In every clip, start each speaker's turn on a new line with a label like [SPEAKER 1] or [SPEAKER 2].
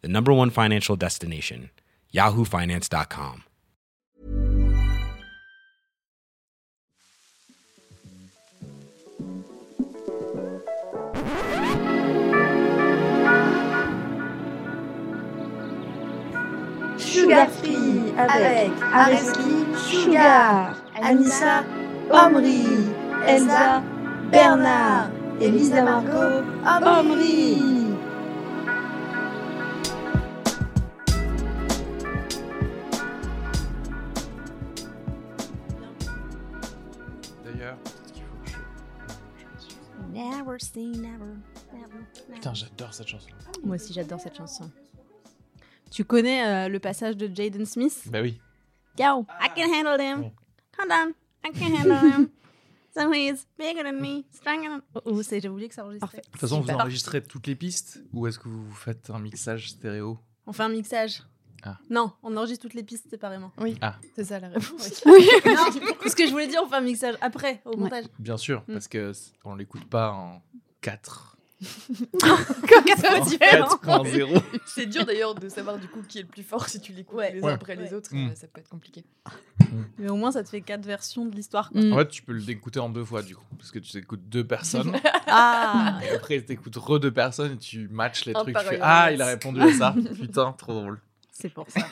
[SPEAKER 1] the number one financial destination, yahoofinance.com.
[SPEAKER 2] Sugar Free avec Areski Sugar, Anissa Omri, Elsa Bernard et Lisa Margot Omri.
[SPEAKER 3] D'ailleurs, peut-être qu'il faut que je-
[SPEAKER 4] Never say never, never,
[SPEAKER 3] Putain, j'adore cette chanson.
[SPEAKER 4] Moi aussi, j'adore cette chanson. Tu connais euh, le passage de Jaden Smith
[SPEAKER 3] Bah oui.
[SPEAKER 4] Yo, I can handle him.
[SPEAKER 3] Oui.
[SPEAKER 4] Hold on, I can handle him. So he's bigger than me, stronger than... Oh, oh, c'est- j'ai oublié que ça enregistrait.
[SPEAKER 2] Parfait.
[SPEAKER 3] De toute façon, vous
[SPEAKER 4] Super.
[SPEAKER 3] enregistrez toutes les pistes ou est-ce que vous faites un mixage stéréo
[SPEAKER 4] On fait un mixage.
[SPEAKER 3] Ah.
[SPEAKER 4] Non, on enregistre toutes les pistes séparément.
[SPEAKER 5] C'est ça la réponse.
[SPEAKER 2] Oui.
[SPEAKER 4] non, ce que je voulais dire, on fait un mixage après, au montage.
[SPEAKER 3] Bien sûr,
[SPEAKER 4] Mm.
[SPEAKER 3] parce que c- on l'écoute pas en 4.
[SPEAKER 4] Ça
[SPEAKER 3] en
[SPEAKER 4] veut dire-
[SPEAKER 3] 4.0.
[SPEAKER 5] C'est dur d'ailleurs de savoir du coup qui est le plus fort si tu les coupes
[SPEAKER 4] Ouais.
[SPEAKER 5] les
[SPEAKER 3] Ouais.
[SPEAKER 5] uns après les
[SPEAKER 4] Ouais.
[SPEAKER 5] autres.
[SPEAKER 3] Mm.
[SPEAKER 5] euh, Ça peut être compliqué.
[SPEAKER 4] Mais au moins, ça te fait quatre versions de l'histoire. quoi.
[SPEAKER 3] En fait, tu peux l'écouter en deux fois du coup, parce que tu écoutes deux personnes.
[SPEAKER 4] Ah
[SPEAKER 3] Et après, t'écoutes re deux personnes et tu matches les
[SPEAKER 5] Un
[SPEAKER 3] trucs. Tu fais,
[SPEAKER 5] pareil,
[SPEAKER 3] ah,
[SPEAKER 5] ouais.
[SPEAKER 3] il a répondu à ça. Putain, trop drôle.
[SPEAKER 4] C'est pour ça.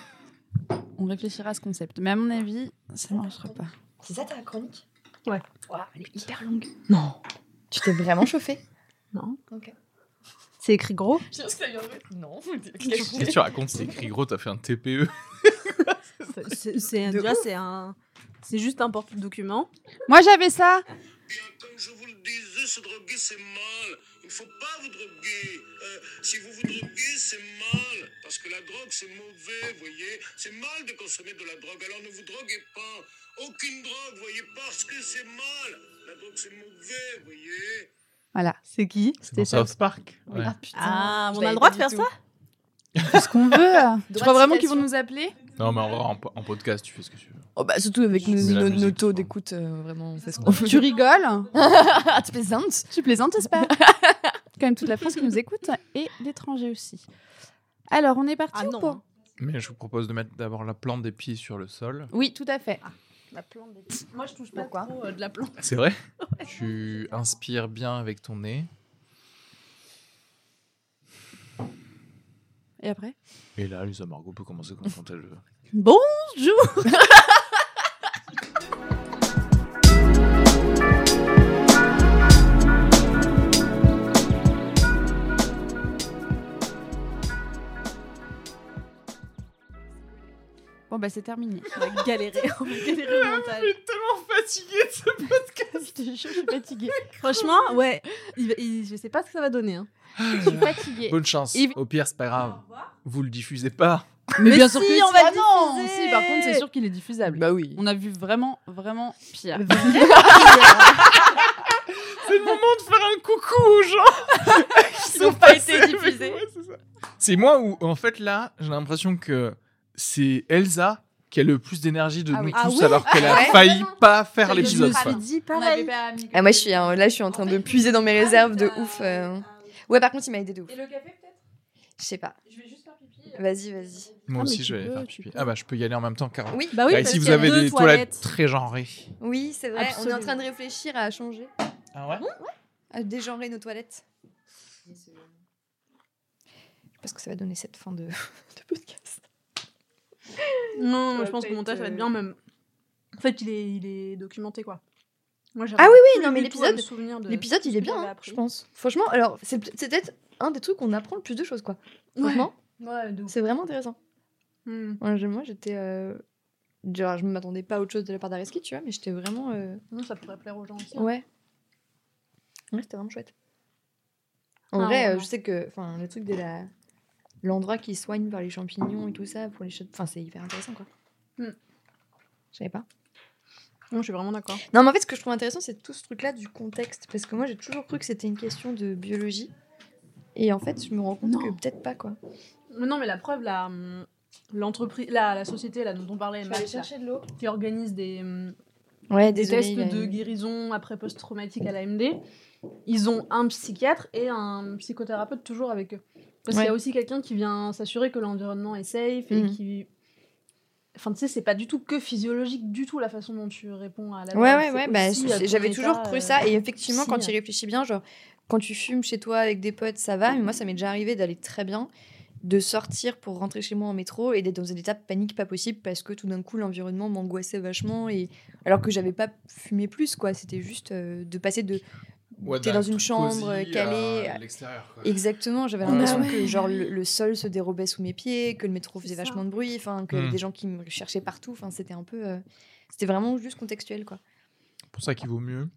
[SPEAKER 6] On réfléchira à ce concept. Mais à mon avis, ça ne marchera pas.
[SPEAKER 2] C'est ça ta chronique
[SPEAKER 4] Ouais.
[SPEAKER 2] Waouh, elle est hyper longue.
[SPEAKER 4] Non.
[SPEAKER 2] Tu t'es vraiment chauffée
[SPEAKER 4] Non.
[SPEAKER 2] Ok.
[SPEAKER 4] C'est écrit gros
[SPEAKER 5] Je pense que ça viendrait. Non,
[SPEAKER 3] Qu'est-ce que tu racontes C'est écrit gros, t'as fait un E. TPE.
[SPEAKER 4] C'est c'est un-
[SPEAKER 5] De
[SPEAKER 4] déjà, c'est un. C'est juste un porte-document.
[SPEAKER 6] Moi, j'avais ça.
[SPEAKER 7] Bien, comme je vous le disais, se droguer, c'est mal. Il ne faut pas vous droguer. Euh, si vous vous droguez, c'est mal. Parce que la drogue, c'est mauvais, voyez. C'est mal de consommer de la drogue. Alors ne vous droguez pas. Aucune drogue, voyez, parce que c'est mal. La drogue, c'est mauvais, voyez.
[SPEAKER 6] Voilà.
[SPEAKER 4] C'est qui
[SPEAKER 3] C'est dans South Park. Ouais.
[SPEAKER 5] Ah putain.
[SPEAKER 4] Ah,
[SPEAKER 5] je
[SPEAKER 4] on a
[SPEAKER 5] l'avais
[SPEAKER 4] le droit
[SPEAKER 5] pas
[SPEAKER 4] de faire
[SPEAKER 5] du
[SPEAKER 4] ça
[SPEAKER 5] tout.
[SPEAKER 6] C'est ce qu'on veut. tu
[SPEAKER 5] de
[SPEAKER 6] crois vraiment qu'ils vont
[SPEAKER 5] citation.
[SPEAKER 6] nous appeler
[SPEAKER 3] Non, mais en vrai, en, po- en podcast, tu fais ce que tu veux.
[SPEAKER 5] Oh, bah, surtout avec nos,
[SPEAKER 3] Mais la
[SPEAKER 5] nos-
[SPEAKER 3] musique,
[SPEAKER 5] nos
[SPEAKER 3] c'est
[SPEAKER 5] taux
[SPEAKER 3] pas-
[SPEAKER 5] d'écoute, euh, vraiment, c'est ce qu'on
[SPEAKER 6] Tu rigoles
[SPEAKER 5] Ah, tu plaisantes
[SPEAKER 6] Tu plaisantes, n'est-ce pas Quand même toute la France qui nous écoute et l'étranger aussi. Alors, on est parti
[SPEAKER 4] Ah
[SPEAKER 6] ou
[SPEAKER 4] non.
[SPEAKER 6] pas
[SPEAKER 4] hein.
[SPEAKER 3] Mais je vous propose de mettre d'abord la plante des pieds sur le sol.
[SPEAKER 6] Oui, tout à fait.
[SPEAKER 4] La plante des pieds. Moi, je touche pas
[SPEAKER 2] Pourquoi
[SPEAKER 4] trop euh, de la plante.
[SPEAKER 3] C'est vrai Tu inspires bien avec ton nez.
[SPEAKER 6] Et après
[SPEAKER 3] Et là, Lisa Margot peut commencer comme quand elle veut.
[SPEAKER 6] Bonjour Bon, bah, c'est terminé.
[SPEAKER 4] On va galérer. On va galérer au montage.
[SPEAKER 3] tellement fatiguée de ce
[SPEAKER 6] je te jure, je suis fatiguée.
[SPEAKER 4] Franchement, ouais. il- il- je sais pas ce que ça va donner. hein.
[SPEAKER 6] Je suis fatiguée.
[SPEAKER 3] Bonne chance.
[SPEAKER 6] Et-
[SPEAKER 3] Au pire, c'est pas grave. Vous le diffusez pas.
[SPEAKER 6] Mais,
[SPEAKER 4] bien sûr que si, ah non,
[SPEAKER 6] non
[SPEAKER 4] si,
[SPEAKER 6] Si, par contre, c'est sûr qu'il est diffusable.
[SPEAKER 5] Bah oui.
[SPEAKER 6] On a vu vraiment, vraiment pire.
[SPEAKER 3] C'est le moment de faire un coucou aux gens qui
[SPEAKER 4] Ils ont pas été diffusés.
[SPEAKER 3] C'est moi où, en fait, là, j'ai l'impression que c'est Elsa qui a le plus d'énergie de
[SPEAKER 6] Ah
[SPEAKER 3] nous
[SPEAKER 6] oui.
[SPEAKER 3] tous,
[SPEAKER 4] Ah oui,
[SPEAKER 3] alors qu'elle a
[SPEAKER 5] ouais.
[SPEAKER 3] failli pas faire
[SPEAKER 6] Ça, je
[SPEAKER 3] l'épisode.
[SPEAKER 6] me suis
[SPEAKER 3] quoi.
[SPEAKER 4] dit
[SPEAKER 2] Ah, moi, je suis,
[SPEAKER 6] euh,
[SPEAKER 4] euh,
[SPEAKER 2] hein, là, je suis en train de puiser dans mes réserves de ouf. euh. Ouais, par contre, il m'a aidé de ouf.
[SPEAKER 4] Et le café, peut-être
[SPEAKER 6] Je sais pas. Je vais juste faire pipi. euh. Vas-y, vas-y.
[SPEAKER 8] Ah, mais
[SPEAKER 3] Moi aussi,
[SPEAKER 8] tu
[SPEAKER 3] je vais aller
[SPEAKER 8] peux,
[SPEAKER 3] faire
[SPEAKER 8] tu
[SPEAKER 3] pipi.
[SPEAKER 8] peux.
[SPEAKER 3] Ah bah, je peux y aller en même temps, car...
[SPEAKER 6] Oui,
[SPEAKER 8] Bah oui,
[SPEAKER 3] Ah,
[SPEAKER 8] parce
[SPEAKER 3] ici,
[SPEAKER 8] qu'il
[SPEAKER 3] vous
[SPEAKER 8] y a
[SPEAKER 3] avez
[SPEAKER 8] deux
[SPEAKER 3] des toilettes. très genrées.
[SPEAKER 6] oui, c'est vrai. On est en
[SPEAKER 8] Absolument.
[SPEAKER 6] train de réfléchir à changer,
[SPEAKER 3] Ah ouais
[SPEAKER 6] à dégenrer nos toilettes. Je sais pas ce que ça va donner cette fin de, de podcast.
[SPEAKER 4] Non, moi,
[SPEAKER 6] va
[SPEAKER 4] je pense
[SPEAKER 6] pas
[SPEAKER 4] que le montage
[SPEAKER 6] être,
[SPEAKER 4] va être
[SPEAKER 6] euh,
[SPEAKER 4] bien, même. En fait, il est, il est documenté, quoi. Moi,
[SPEAKER 6] Ah oui, oui, non, mais l'épisode-
[SPEAKER 4] L'épisode.
[SPEAKER 6] L'épisode, il est
[SPEAKER 4] ce que
[SPEAKER 6] bien,
[SPEAKER 4] j'avais
[SPEAKER 6] hein,
[SPEAKER 4] appris.
[SPEAKER 6] je pense. Franchement, alors, c'est peut- c'est peut-être un des trucs qu'on apprend le plus de choses, quoi. Franchement,
[SPEAKER 5] Ouais, de ouf.
[SPEAKER 6] c'est vraiment intéressant.
[SPEAKER 4] Hmm.
[SPEAKER 6] Moi, je- moi, j'étais. euh, Genre, je m'attendais pas à autre chose de la part d'Areski, tu vois, mais j'étais vraiment. euh,
[SPEAKER 4] Non, ça pourrait plaire aux gens aussi. hein.
[SPEAKER 6] Ouais. Ouais, c'était vraiment chouette. En
[SPEAKER 4] Ah,
[SPEAKER 6] vrai, euh,
[SPEAKER 4] vraiment.
[SPEAKER 6] je sais que enfin le truc de la l'endroit qui soigne par les champignons et tout ça pour les chats, enfin c'est hyper intéressant quoi.
[SPEAKER 4] Hmm.
[SPEAKER 6] Je savais pas.
[SPEAKER 4] Non, je suis vraiment d'accord.
[SPEAKER 6] Non, mais en fait, ce que je trouve intéressant, c'est tout ce truc-là du contexte. Parce que moi, j'ai toujours cru que c'était une question de biologie. Et en fait, je me rends compte
[SPEAKER 4] Non.
[SPEAKER 6] que peut-être pas, quoi.
[SPEAKER 4] Mais Non, mais la preuve, la, hum, l'entreprise, la, la société là, dont on parlait, Match, là,
[SPEAKER 5] de l'eau.
[SPEAKER 4] qui organise des, hum,
[SPEAKER 6] Ouais,
[SPEAKER 4] des
[SPEAKER 6] désolé.
[SPEAKER 4] tests de guérison après post-traumatique à l'AMD, ils ont un psychiatre et un psychothérapeute toujours avec eux. Parce qu'il y a
[SPEAKER 6] Ouais.
[SPEAKER 4] aussi quelqu'un qui vient s'assurer que l'environnement est safe et
[SPEAKER 6] Mhm.
[SPEAKER 4] qui. Enfin, tu sais, c'est pas du tout que physiologique du tout la façon dont tu réponds à
[SPEAKER 6] Ouais,
[SPEAKER 4] la drogue,
[SPEAKER 6] ouais,
[SPEAKER 4] Ah c'est
[SPEAKER 6] ouais. Bah,
[SPEAKER 4] aussi à ton
[SPEAKER 6] J'avais toujours
[SPEAKER 4] état,
[SPEAKER 6] cru
[SPEAKER 4] euh,
[SPEAKER 6] ça. Et effectivement,
[SPEAKER 4] aussi,
[SPEAKER 6] quand tu
[SPEAKER 4] euh.
[SPEAKER 6] y réfléchis bien, genre, quand tu fumes chez toi avec des potes, ça va. Mais moi, ça m'est déjà arrivé d'aller très bien, de sortir pour rentrer chez moi en métro et d'être dans un état de panique pas possible parce que tout d'un coup, l'environnement m'angoissait vachement. Et... Alors que j'avais pas fumé plus, quoi. C'était juste euh, de passer de.
[SPEAKER 3] bah,
[SPEAKER 6] T'es dans une chambre euh, calée. à-
[SPEAKER 3] l'extérieur, quoi.
[SPEAKER 6] Exactement, j'avais
[SPEAKER 4] bah
[SPEAKER 3] Ah
[SPEAKER 6] l'impression
[SPEAKER 3] ouais.
[SPEAKER 6] que genre le, le sol se dérobait sous mes pieds, que le métro faisait
[SPEAKER 4] C'est ça.
[SPEAKER 6] vachement de bruit, enfin que y avait
[SPEAKER 3] Mm.
[SPEAKER 6] des gens qui me cherchaient partout, enfin c'était un peu euh, c'était vraiment juste contextuel quoi.
[SPEAKER 3] C'est pour ça qu'il vaut mieux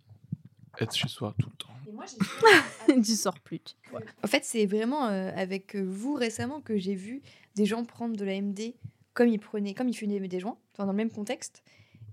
[SPEAKER 3] être chez soi tout le temps.
[SPEAKER 4] tu sors plus.
[SPEAKER 6] En fait, c'est vraiment euh, avec vous récemment que j'ai vu des gens prendre de la MD comme ils prenaient comme ils fumaient des joints, enfin dans le même contexte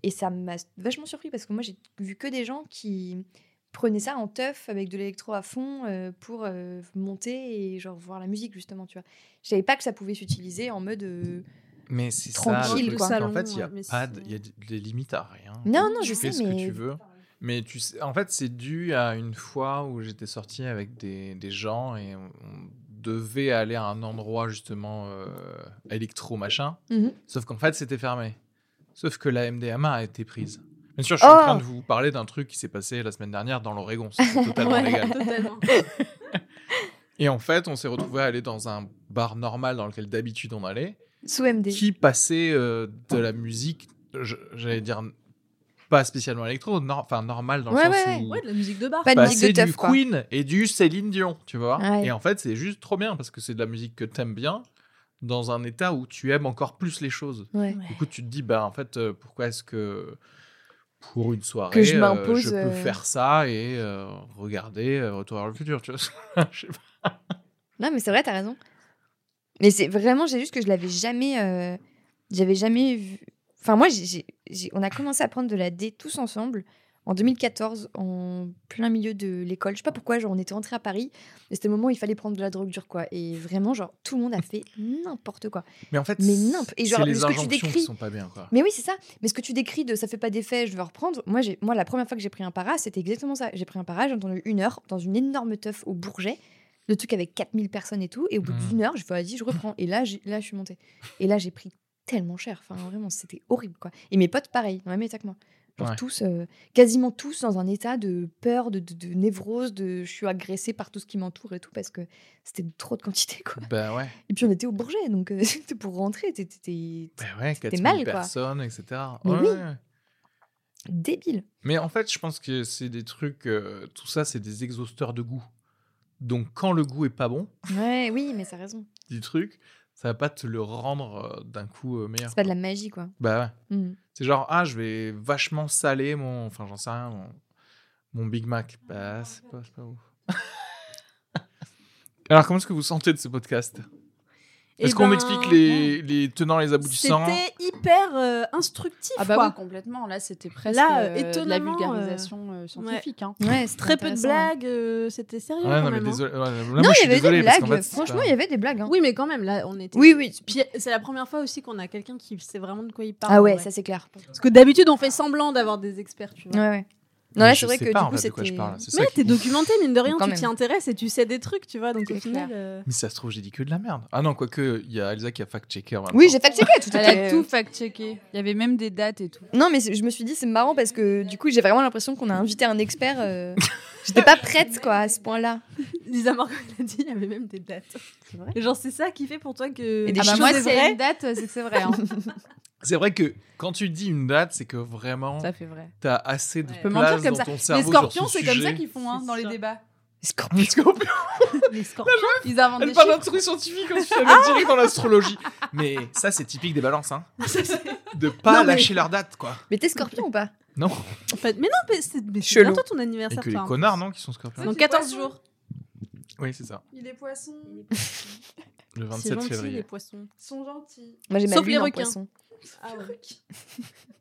[SPEAKER 6] et ça m'a vachement surpris parce que moi j'ai vu que des gens qui prenaient ça en teuf avec de l'électro à fond euh, pour euh, monter et genre voir la musique justement, tu vois. Je savais pas que ça pouvait s'utiliser en mode euh,
[SPEAKER 3] Mais c'est ça.
[SPEAKER 6] Tranquille,
[SPEAKER 3] le truc,
[SPEAKER 6] quoi.
[SPEAKER 3] c'est qu'en
[SPEAKER 4] Salon,
[SPEAKER 3] fait, il y a
[SPEAKER 4] ouais, mais
[SPEAKER 3] pas,
[SPEAKER 4] c'est-
[SPEAKER 3] de- il y a d- des limites à rien.
[SPEAKER 6] Non, non, je
[SPEAKER 3] tu fais ce
[SPEAKER 6] sais,
[SPEAKER 3] que
[SPEAKER 6] mais.
[SPEAKER 3] tu veux. Mais tu sais, en fait, c'est dû à une fois où j'étais sorti avec des, des gens et on, on devait aller à un endroit justement euh, électro machin.
[SPEAKER 6] Mhm.
[SPEAKER 3] Sauf qu'en fait, c'était fermé. Sauf que la MDMA a été prise. Bien sûr, je suis en
[SPEAKER 6] Oh
[SPEAKER 3] train de vous parler d'un truc qui s'est passé la semaine dernière dans l'Oregon. C'est totalement légal.
[SPEAKER 4] Totalement.
[SPEAKER 3] Et en fait, on s'est retrouvé à aller dans un bar normal dans lequel d'habitude on allait,
[SPEAKER 6] Sous MD.
[SPEAKER 3] qui passait euh, de la musique, je- j'allais dire pas spécialement électro, nor- enfin normal dans le
[SPEAKER 6] Ouais,
[SPEAKER 3] sens
[SPEAKER 6] ouais,
[SPEAKER 3] où
[SPEAKER 4] Ouais, de la musique de bar.
[SPEAKER 5] Bah,
[SPEAKER 6] Pas de musique
[SPEAKER 3] passer
[SPEAKER 6] de teuf,
[SPEAKER 3] du
[SPEAKER 6] quoi.
[SPEAKER 3] Queen et du Céline Dion, tu vois.
[SPEAKER 6] Ouais.
[SPEAKER 3] Et en fait, c'est juste trop bien parce que c'est de la musique que t'aimes bien dans un état où tu aimes encore plus les choses.
[SPEAKER 6] Ouais.
[SPEAKER 3] Du coup, tu te dis, bah en fait, euh, pourquoi est-ce que pour une soirée,
[SPEAKER 6] Que je
[SPEAKER 3] euh,
[SPEAKER 6] m'impose,
[SPEAKER 3] je peux
[SPEAKER 6] euh,
[SPEAKER 3] faire ça et euh, regarder euh, Retour vers le futur, tu vois. Je sais pas.
[SPEAKER 6] Non, mais c'est vrai, t'as raison. Mais c'est vraiment, j'ai juste que je l'avais jamais. euh, J'avais jamais vu. Enfin, moi, j'ai- j'ai- j'ai- on a commencé à prendre de la D tous ensemble en 2014, en plein milieu de l'école. Je sais pas pourquoi, genre, on était rentrés à Paris, mais c'était le moment où il fallait prendre de la drogue dure, quoi. Et vraiment, genre, tout le monde a fait n'importe quoi.
[SPEAKER 3] Mais en fait,
[SPEAKER 6] Mais n'importe- et
[SPEAKER 3] c'est
[SPEAKER 6] genre,
[SPEAKER 3] les
[SPEAKER 6] ce que tu
[SPEAKER 3] injonctions qui
[SPEAKER 6] décris-
[SPEAKER 3] sont pas bien, quoi.
[SPEAKER 6] Mais oui, c'est ça. Mais ce que tu décris de ça fait pas d'effet, je veux reprendre. Moi, j'ai, moi la première fois que j'ai pris un para, c'était exactement ça. J'ai pris un para, j'ai entendu une heure dans une énorme teuf au Bourget, le truc avec 4000 personnes et tout. Et au bout
[SPEAKER 3] Mhm.
[SPEAKER 6] d'une heure, je fais, vas-y, je reprends. Et là, j'ai- là, je suis montée. Et là, j'ai pris tellement cher. Enfin, vraiment, c'était horrible, quoi. Et mes potes, pareil, dans le même état que moi. Genre
[SPEAKER 3] Ouais.
[SPEAKER 6] tous, euh, quasiment tous dans un état de peur, de, de- de névrose, de je suis agressée par tout ce qui m'entoure et tout, parce que c'était trop de quantité, quoi.
[SPEAKER 3] Bah ouais,
[SPEAKER 6] Et puis on était au Bourget, donc euh, pour rentrer, t'étais- t'étais
[SPEAKER 3] bah ouais, 4000
[SPEAKER 6] mal, quoi.
[SPEAKER 3] personnes, etc.
[SPEAKER 6] Mais
[SPEAKER 3] Ouais,
[SPEAKER 6] oui.
[SPEAKER 3] ouais.
[SPEAKER 6] débile.
[SPEAKER 3] Mais en fait, je pense que c'est des trucs. euh, tout ça, c'est des exhausteurs de goût. Donc, quand le goût est pas bon
[SPEAKER 6] Ouais, oui, mais ça a raison.
[SPEAKER 3] du truc, ça va pas te le rendre euh, d'un coup euh, meilleur.
[SPEAKER 6] C'est pas de la magie, quoi.
[SPEAKER 3] Bah ouais.
[SPEAKER 6] Mm.
[SPEAKER 3] C'est genre, ah, je vais vachement saler mon. Enfin, j'en sais rien, mon, mon Big Mac. Bah, c'est pas, c'est pas ouf. Alors, comment est-ce que vous sentez de ce podcast
[SPEAKER 4] Eh
[SPEAKER 3] Est-ce qu'on
[SPEAKER 4] ben,
[SPEAKER 3] m'explique les, les tenants, les aboutissants
[SPEAKER 4] C'était hyper euh, instructif.
[SPEAKER 5] Ah bah
[SPEAKER 4] quoi.
[SPEAKER 5] oui, complètement. Là, c'était presque
[SPEAKER 4] Là, euh,
[SPEAKER 5] euh, de la
[SPEAKER 4] étonnamment,
[SPEAKER 5] vulgarisation euh, scientifique. hein.
[SPEAKER 6] Ouais, Mmh. c'est
[SPEAKER 4] Très peu de
[SPEAKER 6] intéressant, ouais.
[SPEAKER 4] blagues, euh, c'était sérieux.
[SPEAKER 3] Ah Ouais,
[SPEAKER 4] quand
[SPEAKER 3] non, mais
[SPEAKER 4] même, hein.
[SPEAKER 3] désolé. ouais, là, moi,
[SPEAKER 6] Non,
[SPEAKER 3] je
[SPEAKER 6] il
[SPEAKER 3] suis
[SPEAKER 6] y avait
[SPEAKER 3] désolé
[SPEAKER 6] des
[SPEAKER 3] parce qu'en
[SPEAKER 6] blagues.
[SPEAKER 3] fait, c'est
[SPEAKER 6] Franchement,
[SPEAKER 3] pas-
[SPEAKER 6] il y avait des blagues. hein.
[SPEAKER 4] Oui, mais quand même, là, on était.
[SPEAKER 6] Oui, oui.
[SPEAKER 4] Puis, c'est la première fois aussi qu'on a quelqu'un qui sait vraiment de quoi il parle.
[SPEAKER 6] Ah
[SPEAKER 4] en
[SPEAKER 6] ouais,
[SPEAKER 4] vrai.
[SPEAKER 6] ça c'est clair.
[SPEAKER 4] Parce que d'habitude, on fait semblant d'avoir des experts, tu vois.
[SPEAKER 6] Ouais, ouais. Non,
[SPEAKER 3] Mais
[SPEAKER 6] là,
[SPEAKER 3] je
[SPEAKER 6] c'est vrai
[SPEAKER 3] sais
[SPEAKER 6] que
[SPEAKER 3] pas,
[SPEAKER 6] du
[SPEAKER 3] en
[SPEAKER 6] coup,
[SPEAKER 3] fait, de quoi je
[SPEAKER 6] c'était-
[SPEAKER 3] parle. C'est
[SPEAKER 4] Mais
[SPEAKER 3] ça
[SPEAKER 4] t'es
[SPEAKER 3] qui-
[SPEAKER 4] documenté, mine de rien,
[SPEAKER 6] Quand
[SPEAKER 4] tu t'y
[SPEAKER 6] même.
[SPEAKER 4] intéresses et tu sais des trucs, tu vois. Donc au
[SPEAKER 6] C'est
[SPEAKER 4] final.
[SPEAKER 6] clair.
[SPEAKER 4] euh,
[SPEAKER 3] Mais ça se trouve, j'ai dit que de la merde. Ah non, quoique, il y a Elsa qui a fact-checké. en même
[SPEAKER 6] Oui,
[SPEAKER 3] temps.
[SPEAKER 6] j'ai fact-checké tout
[SPEAKER 5] Elle
[SPEAKER 6] était-
[SPEAKER 5] a tout fact-checké. Il y avait même des dates et tout.
[SPEAKER 6] Non, mais c'est- je me suis dit, c'est marrant parce que du coup, j'ai vraiment l'impression qu'on a invité un expert. euh, J'étais pas prête, quoi, à ce point-là.
[SPEAKER 4] Lisa Margot l'a dit, il y avait même des dates.
[SPEAKER 6] C'est vrai
[SPEAKER 4] Genre, c'est ça qui fait pour toi que.
[SPEAKER 6] Et des
[SPEAKER 5] Ah bah
[SPEAKER 6] choses
[SPEAKER 5] moi,
[SPEAKER 4] c'est
[SPEAKER 5] c'est
[SPEAKER 4] vrai.
[SPEAKER 5] une date, c'est que c'est vrai. hein.
[SPEAKER 3] C'est vrai que quand tu dis une date, c'est que vraiment,
[SPEAKER 5] Ça fait vrai.
[SPEAKER 3] t'as assez de
[SPEAKER 5] Ouais. Je peux mentir
[SPEAKER 3] place
[SPEAKER 5] comme
[SPEAKER 3] dans
[SPEAKER 5] ça.
[SPEAKER 3] ton cerveau.
[SPEAKER 5] Les scorpions,
[SPEAKER 3] sur ce
[SPEAKER 5] c'est comme ça
[SPEAKER 3] sujet.
[SPEAKER 5] qu'ils font hein,
[SPEAKER 4] C'est
[SPEAKER 5] dans les
[SPEAKER 4] ça.
[SPEAKER 5] débats.
[SPEAKER 3] Les scorpions,
[SPEAKER 4] Les scorpions.
[SPEAKER 5] Ils inventent
[SPEAKER 3] elle
[SPEAKER 5] des
[SPEAKER 3] parle d'un
[SPEAKER 5] chiffres.
[SPEAKER 3] truc scientifique, on se fait attirer dans l'astrologie. Mais ça, c'est typique des balances, hein. De pas
[SPEAKER 4] Non, mais-
[SPEAKER 3] lâcher leur date, quoi.
[SPEAKER 6] Mais t'es scorpion ou pas
[SPEAKER 4] En fait, mais non, mais c'est mais c'est
[SPEAKER 6] Chelou.
[SPEAKER 4] bientôt ton
[SPEAKER 3] Et
[SPEAKER 4] anniversaire,
[SPEAKER 3] que les
[SPEAKER 4] toi. hein.
[SPEAKER 3] connards, non, qui sont scorpions.
[SPEAKER 4] Dans 14 jours.
[SPEAKER 3] Oui, c'est ça.
[SPEAKER 5] Il est poisson.
[SPEAKER 3] Le
[SPEAKER 4] C'est
[SPEAKER 3] 27
[SPEAKER 4] gentil, les
[SPEAKER 3] février.
[SPEAKER 4] poissons.
[SPEAKER 5] Ils sont gentils.
[SPEAKER 6] Moi, j'ai ma
[SPEAKER 4] Sauf les
[SPEAKER 6] lune en
[SPEAKER 4] requins.
[SPEAKER 6] poisson.
[SPEAKER 4] Ah ouais.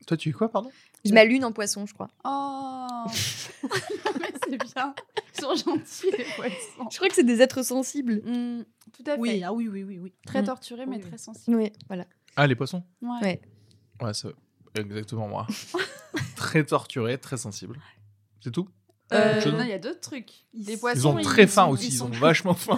[SPEAKER 3] Toi, tu es quoi, pardon
[SPEAKER 6] J'ai ma lune en poisson, je crois.
[SPEAKER 5] Oh Mais c'est bien. Ils sont gentils, les poissons.
[SPEAKER 6] Je crois que c'est des êtres sensibles.
[SPEAKER 5] Mm, tout à fait.
[SPEAKER 4] Oui, ah oui, oui, oui. oui.
[SPEAKER 5] Très
[SPEAKER 6] Mm.
[SPEAKER 5] torturé, mais
[SPEAKER 4] Oui.
[SPEAKER 5] très sensible.
[SPEAKER 6] Oui, voilà.
[SPEAKER 3] Ah, les poissons
[SPEAKER 5] Ouais.
[SPEAKER 6] Ouais.
[SPEAKER 3] Ouais, c'est exactement moi. très torturé, très sensible. C'est tout
[SPEAKER 5] Euh,
[SPEAKER 3] Je-
[SPEAKER 5] non, il y a d'autres trucs. Les
[SPEAKER 4] Ils
[SPEAKER 5] poissons,
[SPEAKER 3] Ah, Ils ont très faim
[SPEAKER 5] sont-
[SPEAKER 3] aussi, ils,
[SPEAKER 5] sont-
[SPEAKER 3] ont vachement faim.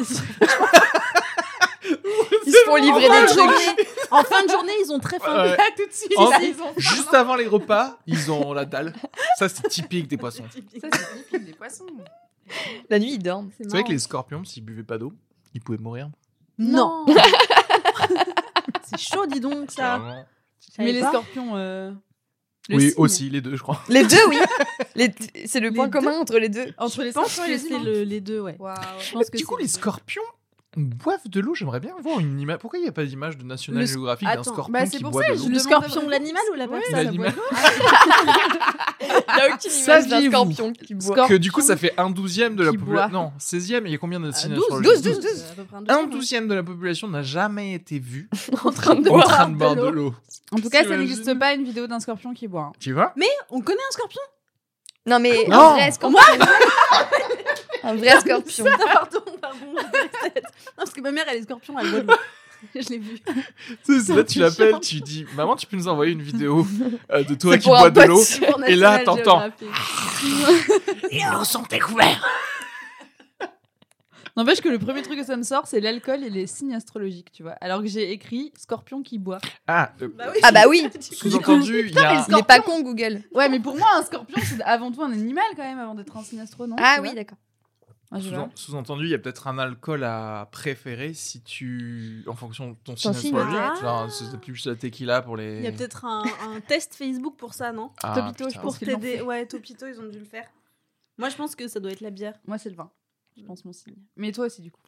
[SPEAKER 6] Ils se font livrer
[SPEAKER 4] en,
[SPEAKER 6] des
[SPEAKER 4] fin de
[SPEAKER 6] trucs.
[SPEAKER 4] journée, en fin de journée, ils ont très faim.
[SPEAKER 3] Ouais.
[SPEAKER 5] Là, tout de suite,
[SPEAKER 3] En-
[SPEAKER 5] là, ils ont faim.
[SPEAKER 3] Juste avant les repas, ils ont la dalle. Ça, c'est typique des poissons.
[SPEAKER 5] Ça, c'est typique des poissons.
[SPEAKER 6] La nuit, ils dorment.
[SPEAKER 3] C'est vrai que les scorpions, s'ils buvaient pas d'eau, ils pouvaient mourir.
[SPEAKER 4] Non. C'est chaud, dis donc, ça.
[SPEAKER 3] Vraiment.
[SPEAKER 5] Mais les
[SPEAKER 4] pas.
[SPEAKER 5] scorpions. euh, le
[SPEAKER 3] oui,
[SPEAKER 5] signe.
[SPEAKER 3] aussi, les deux, je crois.
[SPEAKER 6] Les deux, oui. Les- C'est le
[SPEAKER 4] Les
[SPEAKER 6] point
[SPEAKER 4] deux.
[SPEAKER 6] commun entre les deux.
[SPEAKER 5] Entre les
[SPEAKER 4] Je pense
[SPEAKER 5] scorpions et
[SPEAKER 4] que
[SPEAKER 5] les
[SPEAKER 4] c'est
[SPEAKER 5] humains.
[SPEAKER 4] le- les deux, ouais.
[SPEAKER 5] Waouh.
[SPEAKER 4] Je pense que
[SPEAKER 3] du coup,
[SPEAKER 4] c'est-
[SPEAKER 3] les scorpions boivent de l'eau. J'aimerais bien voir une image. Pourquoi il n'y a pas d'image de National
[SPEAKER 4] Le-
[SPEAKER 3] Geographic d'un
[SPEAKER 4] Attends,
[SPEAKER 3] scorpion
[SPEAKER 5] bah, c'est
[SPEAKER 3] qui
[SPEAKER 5] pour
[SPEAKER 3] boit
[SPEAKER 5] ça,
[SPEAKER 3] de
[SPEAKER 5] je
[SPEAKER 3] l'eau
[SPEAKER 5] le-
[SPEAKER 4] Le scorpion, l'animal ou la
[SPEAKER 5] Ouais,
[SPEAKER 4] personne
[SPEAKER 5] ça
[SPEAKER 3] L'animal.
[SPEAKER 6] Il n'y a aucune
[SPEAKER 3] image d'un Saviez-vous
[SPEAKER 6] scorpion
[SPEAKER 3] scorpion
[SPEAKER 6] qui
[SPEAKER 5] boit.
[SPEAKER 6] boit.
[SPEAKER 3] Que du coup, ça fait un douzième de la
[SPEAKER 5] Qui
[SPEAKER 3] population.
[SPEAKER 5] boit.
[SPEAKER 3] Non, 16e. Il y a combien de
[SPEAKER 4] Ah,
[SPEAKER 3] signes
[SPEAKER 4] 12,
[SPEAKER 3] astrologiques
[SPEAKER 6] 12, 12, 12.
[SPEAKER 4] Euh, à peu près un
[SPEAKER 3] Un
[SPEAKER 4] douzième.
[SPEAKER 3] douzième de la population n'a jamais été vu
[SPEAKER 6] en train de
[SPEAKER 3] en
[SPEAKER 6] boire.
[SPEAKER 3] train de boire de l'eau.
[SPEAKER 5] En tout cas, ça
[SPEAKER 3] T'imagines
[SPEAKER 5] n'existe pas une vidéo d'un scorpion qui boit. hein.
[SPEAKER 3] Tu vois
[SPEAKER 4] On connaît un scorpion
[SPEAKER 6] Non, mais
[SPEAKER 3] Non.
[SPEAKER 6] un vrai scorpion. un vrai scorpion.
[SPEAKER 4] Non, Pardon, pardon. je dirais peut-être. Non, parce que ma mère, elle est scorpion, elle boit de l'eau. Je l'ai vu.
[SPEAKER 3] Tu sais, Là, tu
[SPEAKER 4] Putain,
[SPEAKER 3] l'appelles, tu dis Maman, tu peux nous envoyer une vidéo euh, de toi
[SPEAKER 6] C'est
[SPEAKER 3] qui
[SPEAKER 6] pour
[SPEAKER 3] bois
[SPEAKER 6] un
[SPEAKER 3] de
[SPEAKER 6] pote.
[SPEAKER 3] l'eau
[SPEAKER 4] Pour
[SPEAKER 3] Et là,
[SPEAKER 4] National
[SPEAKER 3] t'entends.
[SPEAKER 4] Geographic.
[SPEAKER 9] Et nous sont découverts.
[SPEAKER 5] N'empêche que le premier truc que ça me sort, c'est l'alcool et les signes astrologiques, tu vois. Alors que j'ai écrit scorpion qui boit.
[SPEAKER 3] Ah, euh,
[SPEAKER 4] Bah oui.
[SPEAKER 6] Ah bah oui.
[SPEAKER 3] sous-entendu, il y a.
[SPEAKER 6] Il n'est pas con, Google.
[SPEAKER 5] Ouais, mais pour moi, un scorpion, c'est avant tout un animal quand même, avant d'être un signe astro, non
[SPEAKER 6] Ah
[SPEAKER 5] tu
[SPEAKER 6] oui,
[SPEAKER 5] vois
[SPEAKER 6] d'accord.
[SPEAKER 5] Ah, je vois.
[SPEAKER 3] sous- Sous-entendu, il y a peut-être un alcool à préférer si tu. En fonction de ton signe
[SPEAKER 6] signe,
[SPEAKER 3] astrologique.
[SPEAKER 4] ouais.
[SPEAKER 3] Tu vois,
[SPEAKER 5] Ah.
[SPEAKER 3] c'est plus la tequila pour les.
[SPEAKER 4] Il y a peut-être un, un test Facebook pour ça, non
[SPEAKER 3] Ah,
[SPEAKER 5] Topito, je
[SPEAKER 3] putain.
[SPEAKER 5] pense.
[SPEAKER 4] Pour
[SPEAKER 5] qu'ils l'ont
[SPEAKER 4] t'aider.
[SPEAKER 5] fait.
[SPEAKER 4] Ouais, Topito, ils ont dû le faire. Moi, je pense que ça doit être la bière.
[SPEAKER 5] Moi, c'est le vin. Je pense mon signe. Mais toi aussi, du coup.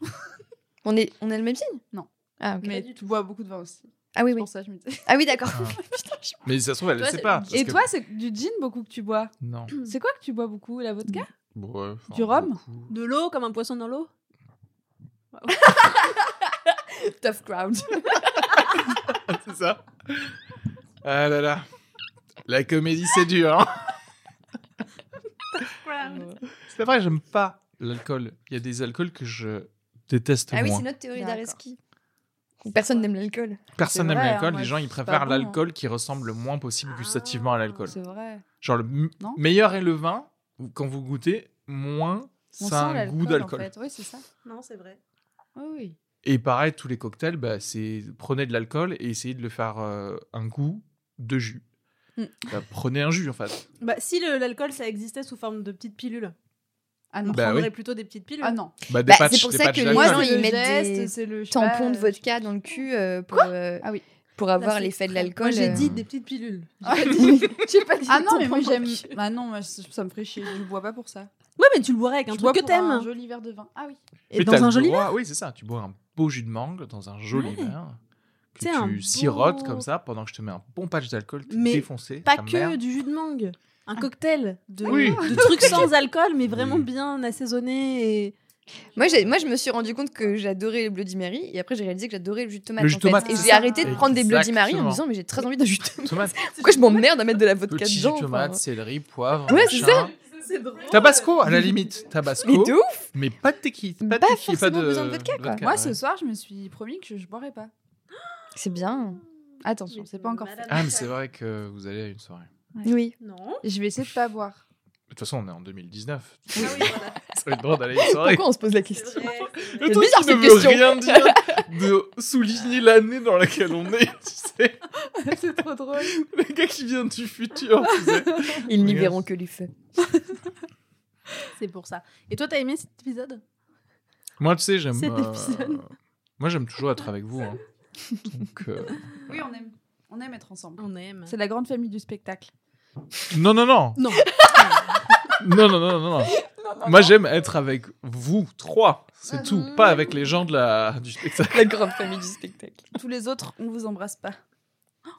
[SPEAKER 6] On, est, on a le même signe
[SPEAKER 5] Non.
[SPEAKER 6] Ah, ok.
[SPEAKER 5] Mais tu bois beaucoup de vin aussi.
[SPEAKER 6] Ah oui,
[SPEAKER 5] C'est
[SPEAKER 6] oui.
[SPEAKER 5] pour ça, je me disais.
[SPEAKER 6] Ah oui, d'accord.
[SPEAKER 3] Ah. Mais ça se trouve, elle ne
[SPEAKER 6] Toi,
[SPEAKER 3] sait
[SPEAKER 6] c'est-
[SPEAKER 3] pas. parce
[SPEAKER 5] Et
[SPEAKER 3] que-
[SPEAKER 5] toi, c'est du gin beaucoup que tu bois.
[SPEAKER 3] Non.
[SPEAKER 5] C'est quoi que tu bois beaucoup La vodka
[SPEAKER 3] Bon, ouais, enfin,
[SPEAKER 5] Du rhum
[SPEAKER 3] beaucoup.
[SPEAKER 4] De l'eau, comme un poisson dans l'eau
[SPEAKER 6] Tough crowd.
[SPEAKER 3] C'est ça Ah là là. La comédie, c'est dur. Hein c'est pas vrai, j'aime pas l'alcool. Il y a des alcools que je déteste
[SPEAKER 6] Ah oui,
[SPEAKER 3] moins.
[SPEAKER 6] c'est notre théorie
[SPEAKER 5] D'accord.
[SPEAKER 6] d'Areski. Personne n'aime l'alcool.
[SPEAKER 3] Personne
[SPEAKER 5] C'est
[SPEAKER 3] n'aime
[SPEAKER 5] vrai, hein,
[SPEAKER 3] l'alcool.
[SPEAKER 5] moi,
[SPEAKER 3] Les gens,
[SPEAKER 5] je
[SPEAKER 3] ils
[SPEAKER 5] suis pas
[SPEAKER 3] préfèrent
[SPEAKER 5] bon, hein. Ah,
[SPEAKER 3] l'alcool qui ressemble le moins possible gustativement à l'alcool.
[SPEAKER 5] C'est vrai.
[SPEAKER 3] Genre, le m-
[SPEAKER 5] Non
[SPEAKER 3] meilleur est le vin. où Quand vous goûtez, moins ça
[SPEAKER 5] On
[SPEAKER 3] a
[SPEAKER 5] sent
[SPEAKER 3] un
[SPEAKER 5] l'alcool,
[SPEAKER 3] goût d'alcool.
[SPEAKER 5] En fait. Oui, c'est ça.
[SPEAKER 4] Non, c'est vrai.
[SPEAKER 5] Oui, oui.
[SPEAKER 3] Et pareil, tous les cocktails, bah, c'est prenez de l'alcool et essayez de le faire euh, un goût de jus.
[SPEAKER 5] Mm.
[SPEAKER 3] Bah, prenez un jus, en fait.
[SPEAKER 4] Bah, si le- l'alcool, ça existait sous forme de petites pilules,
[SPEAKER 5] Ah
[SPEAKER 4] on
[SPEAKER 5] non.
[SPEAKER 3] Bah
[SPEAKER 4] prendrait
[SPEAKER 3] oui.
[SPEAKER 4] plutôt des petites pilules.
[SPEAKER 5] Ah non.
[SPEAKER 3] Bah, des
[SPEAKER 6] Bah,
[SPEAKER 3] patchs-
[SPEAKER 6] c'est pour
[SPEAKER 3] des
[SPEAKER 6] ça
[SPEAKER 3] patchs
[SPEAKER 6] que les
[SPEAKER 3] d'alcool.
[SPEAKER 6] gens,
[SPEAKER 5] c'est
[SPEAKER 6] ils
[SPEAKER 5] le
[SPEAKER 6] mettent
[SPEAKER 5] geste,
[SPEAKER 6] des
[SPEAKER 5] c'est le, je sais
[SPEAKER 6] Tampon
[SPEAKER 5] pas, euh,
[SPEAKER 6] de vodka dans le cul euh, pour, euh,
[SPEAKER 5] Ah oui.
[SPEAKER 6] pour
[SPEAKER 4] Là,
[SPEAKER 6] avoir
[SPEAKER 4] c'est
[SPEAKER 6] l'effet de
[SPEAKER 4] très-
[SPEAKER 6] l'alcool.
[SPEAKER 4] Moi, j'ai
[SPEAKER 6] euh.
[SPEAKER 4] dit des petites pilules.
[SPEAKER 5] Ah,
[SPEAKER 4] J'ai pas dit
[SPEAKER 5] Ah non, mais
[SPEAKER 4] tampon
[SPEAKER 5] moi
[SPEAKER 4] dans
[SPEAKER 5] j'aime.
[SPEAKER 4] le cul.
[SPEAKER 5] Ah non, moi, ça ça me ferait chier. Je bois pas pour ça.
[SPEAKER 4] Ouais, mais tu le boirais avec un
[SPEAKER 5] je
[SPEAKER 4] truc
[SPEAKER 5] bois
[SPEAKER 4] que
[SPEAKER 5] pour un
[SPEAKER 4] t'aimes.
[SPEAKER 5] joli verre de vin. Ah oui.
[SPEAKER 3] Mais
[SPEAKER 4] Et
[SPEAKER 3] t'as
[SPEAKER 4] dans
[SPEAKER 3] le
[SPEAKER 4] un joli
[SPEAKER 3] droit- Oui, c'est ça. Tu bois un beau jus de mangue dans un joli verre que
[SPEAKER 4] C'est un
[SPEAKER 3] tu sirotes
[SPEAKER 4] beau-
[SPEAKER 3] comme ça pendant que je te mets un bon patch d'alcool tout
[SPEAKER 4] Mais
[SPEAKER 3] défoncé.
[SPEAKER 4] Pas
[SPEAKER 3] ta
[SPEAKER 4] que
[SPEAKER 3] mère.
[SPEAKER 4] du jus de mangue. Un cocktail de,
[SPEAKER 3] Oui.
[SPEAKER 4] de trucs sans alcool, mais vraiment
[SPEAKER 3] Oui.
[SPEAKER 4] bien assaisonné. Et...
[SPEAKER 6] Moi, j'ai- moi, je me suis rendu compte que j'adorais les Bloody Mary et après, j'ai réalisé que j'adorais le jus de tomate.
[SPEAKER 3] Le jus
[SPEAKER 6] en
[SPEAKER 3] de
[SPEAKER 6] fait.
[SPEAKER 3] tomate,
[SPEAKER 6] Et
[SPEAKER 3] c'est
[SPEAKER 6] j'ai
[SPEAKER 3] ça.
[SPEAKER 6] arrêté de prendre des Bloody Mary
[SPEAKER 3] Exactement.
[SPEAKER 6] en me disant, mais j'ai très envie d'un jus de tomate.
[SPEAKER 3] Tomate,
[SPEAKER 6] Pourquoi je m'emmerde à mettre de la vodka
[SPEAKER 3] petit jus
[SPEAKER 6] dedans
[SPEAKER 3] de tomate, céleri, poivre.
[SPEAKER 6] Ouais, c'est
[SPEAKER 3] machin.
[SPEAKER 4] Ah, C'est drôle.
[SPEAKER 3] Tabasco, à la limite. Tabasco.
[SPEAKER 6] Mais de ouf
[SPEAKER 3] Mais pas de tequila. Pas, de
[SPEAKER 6] Pas
[SPEAKER 3] tequila, pas
[SPEAKER 6] forcément
[SPEAKER 3] de...
[SPEAKER 6] besoin de vodka, quoi.
[SPEAKER 5] Moi ce
[SPEAKER 3] ouais.
[SPEAKER 5] soir, je me suis promis que je, je boirais pas.
[SPEAKER 6] C'est bien.
[SPEAKER 5] Attention, c'est pas encore fait.
[SPEAKER 3] Ah, mais c'est vrai que vous allez à une soirée.
[SPEAKER 6] Oui.
[SPEAKER 4] Non.
[SPEAKER 5] Je vais essayer de pas boire.
[SPEAKER 3] toute façon, on est en 2019.
[SPEAKER 4] Ah oui, voilà.
[SPEAKER 3] T'as le droit d'aller à une soirée.
[SPEAKER 6] Pourquoi on se pose la question
[SPEAKER 3] Le
[SPEAKER 6] C'est
[SPEAKER 3] truc
[SPEAKER 6] bizarre,
[SPEAKER 3] qui ne
[SPEAKER 6] cette
[SPEAKER 3] veut
[SPEAKER 6] question.
[SPEAKER 3] rien dire de souligner l'année dans laquelle on est, tu sais.
[SPEAKER 5] C'est trop drôle.
[SPEAKER 3] Le gars qui vient du futur, tu sais.
[SPEAKER 6] Ils n'y
[SPEAKER 3] Regarde.
[SPEAKER 6] verront que du feu.
[SPEAKER 4] C'est pour ça. Et toi, t'as aimé cet épisode
[SPEAKER 3] Moi, tu sais, j'aime.
[SPEAKER 4] Cet
[SPEAKER 3] euh,
[SPEAKER 4] épisode.
[SPEAKER 3] Moi, j'aime toujours être avec vous. hein. Donc, euh,
[SPEAKER 6] Oui, on aime. On aime être ensemble.
[SPEAKER 4] On aime.
[SPEAKER 5] C'est la grande famille du spectacle.
[SPEAKER 3] Non, non, non.
[SPEAKER 4] Non.
[SPEAKER 3] Non, non, non, non, non. Moi, j'aime être avec vous trois. C'est
[SPEAKER 6] Ah
[SPEAKER 4] Mhm.
[SPEAKER 3] tout. Pas avec les gens de la... du spectacle.
[SPEAKER 6] La grande famille du spectacle.
[SPEAKER 5] Tous les autres, on vous embrasse pas.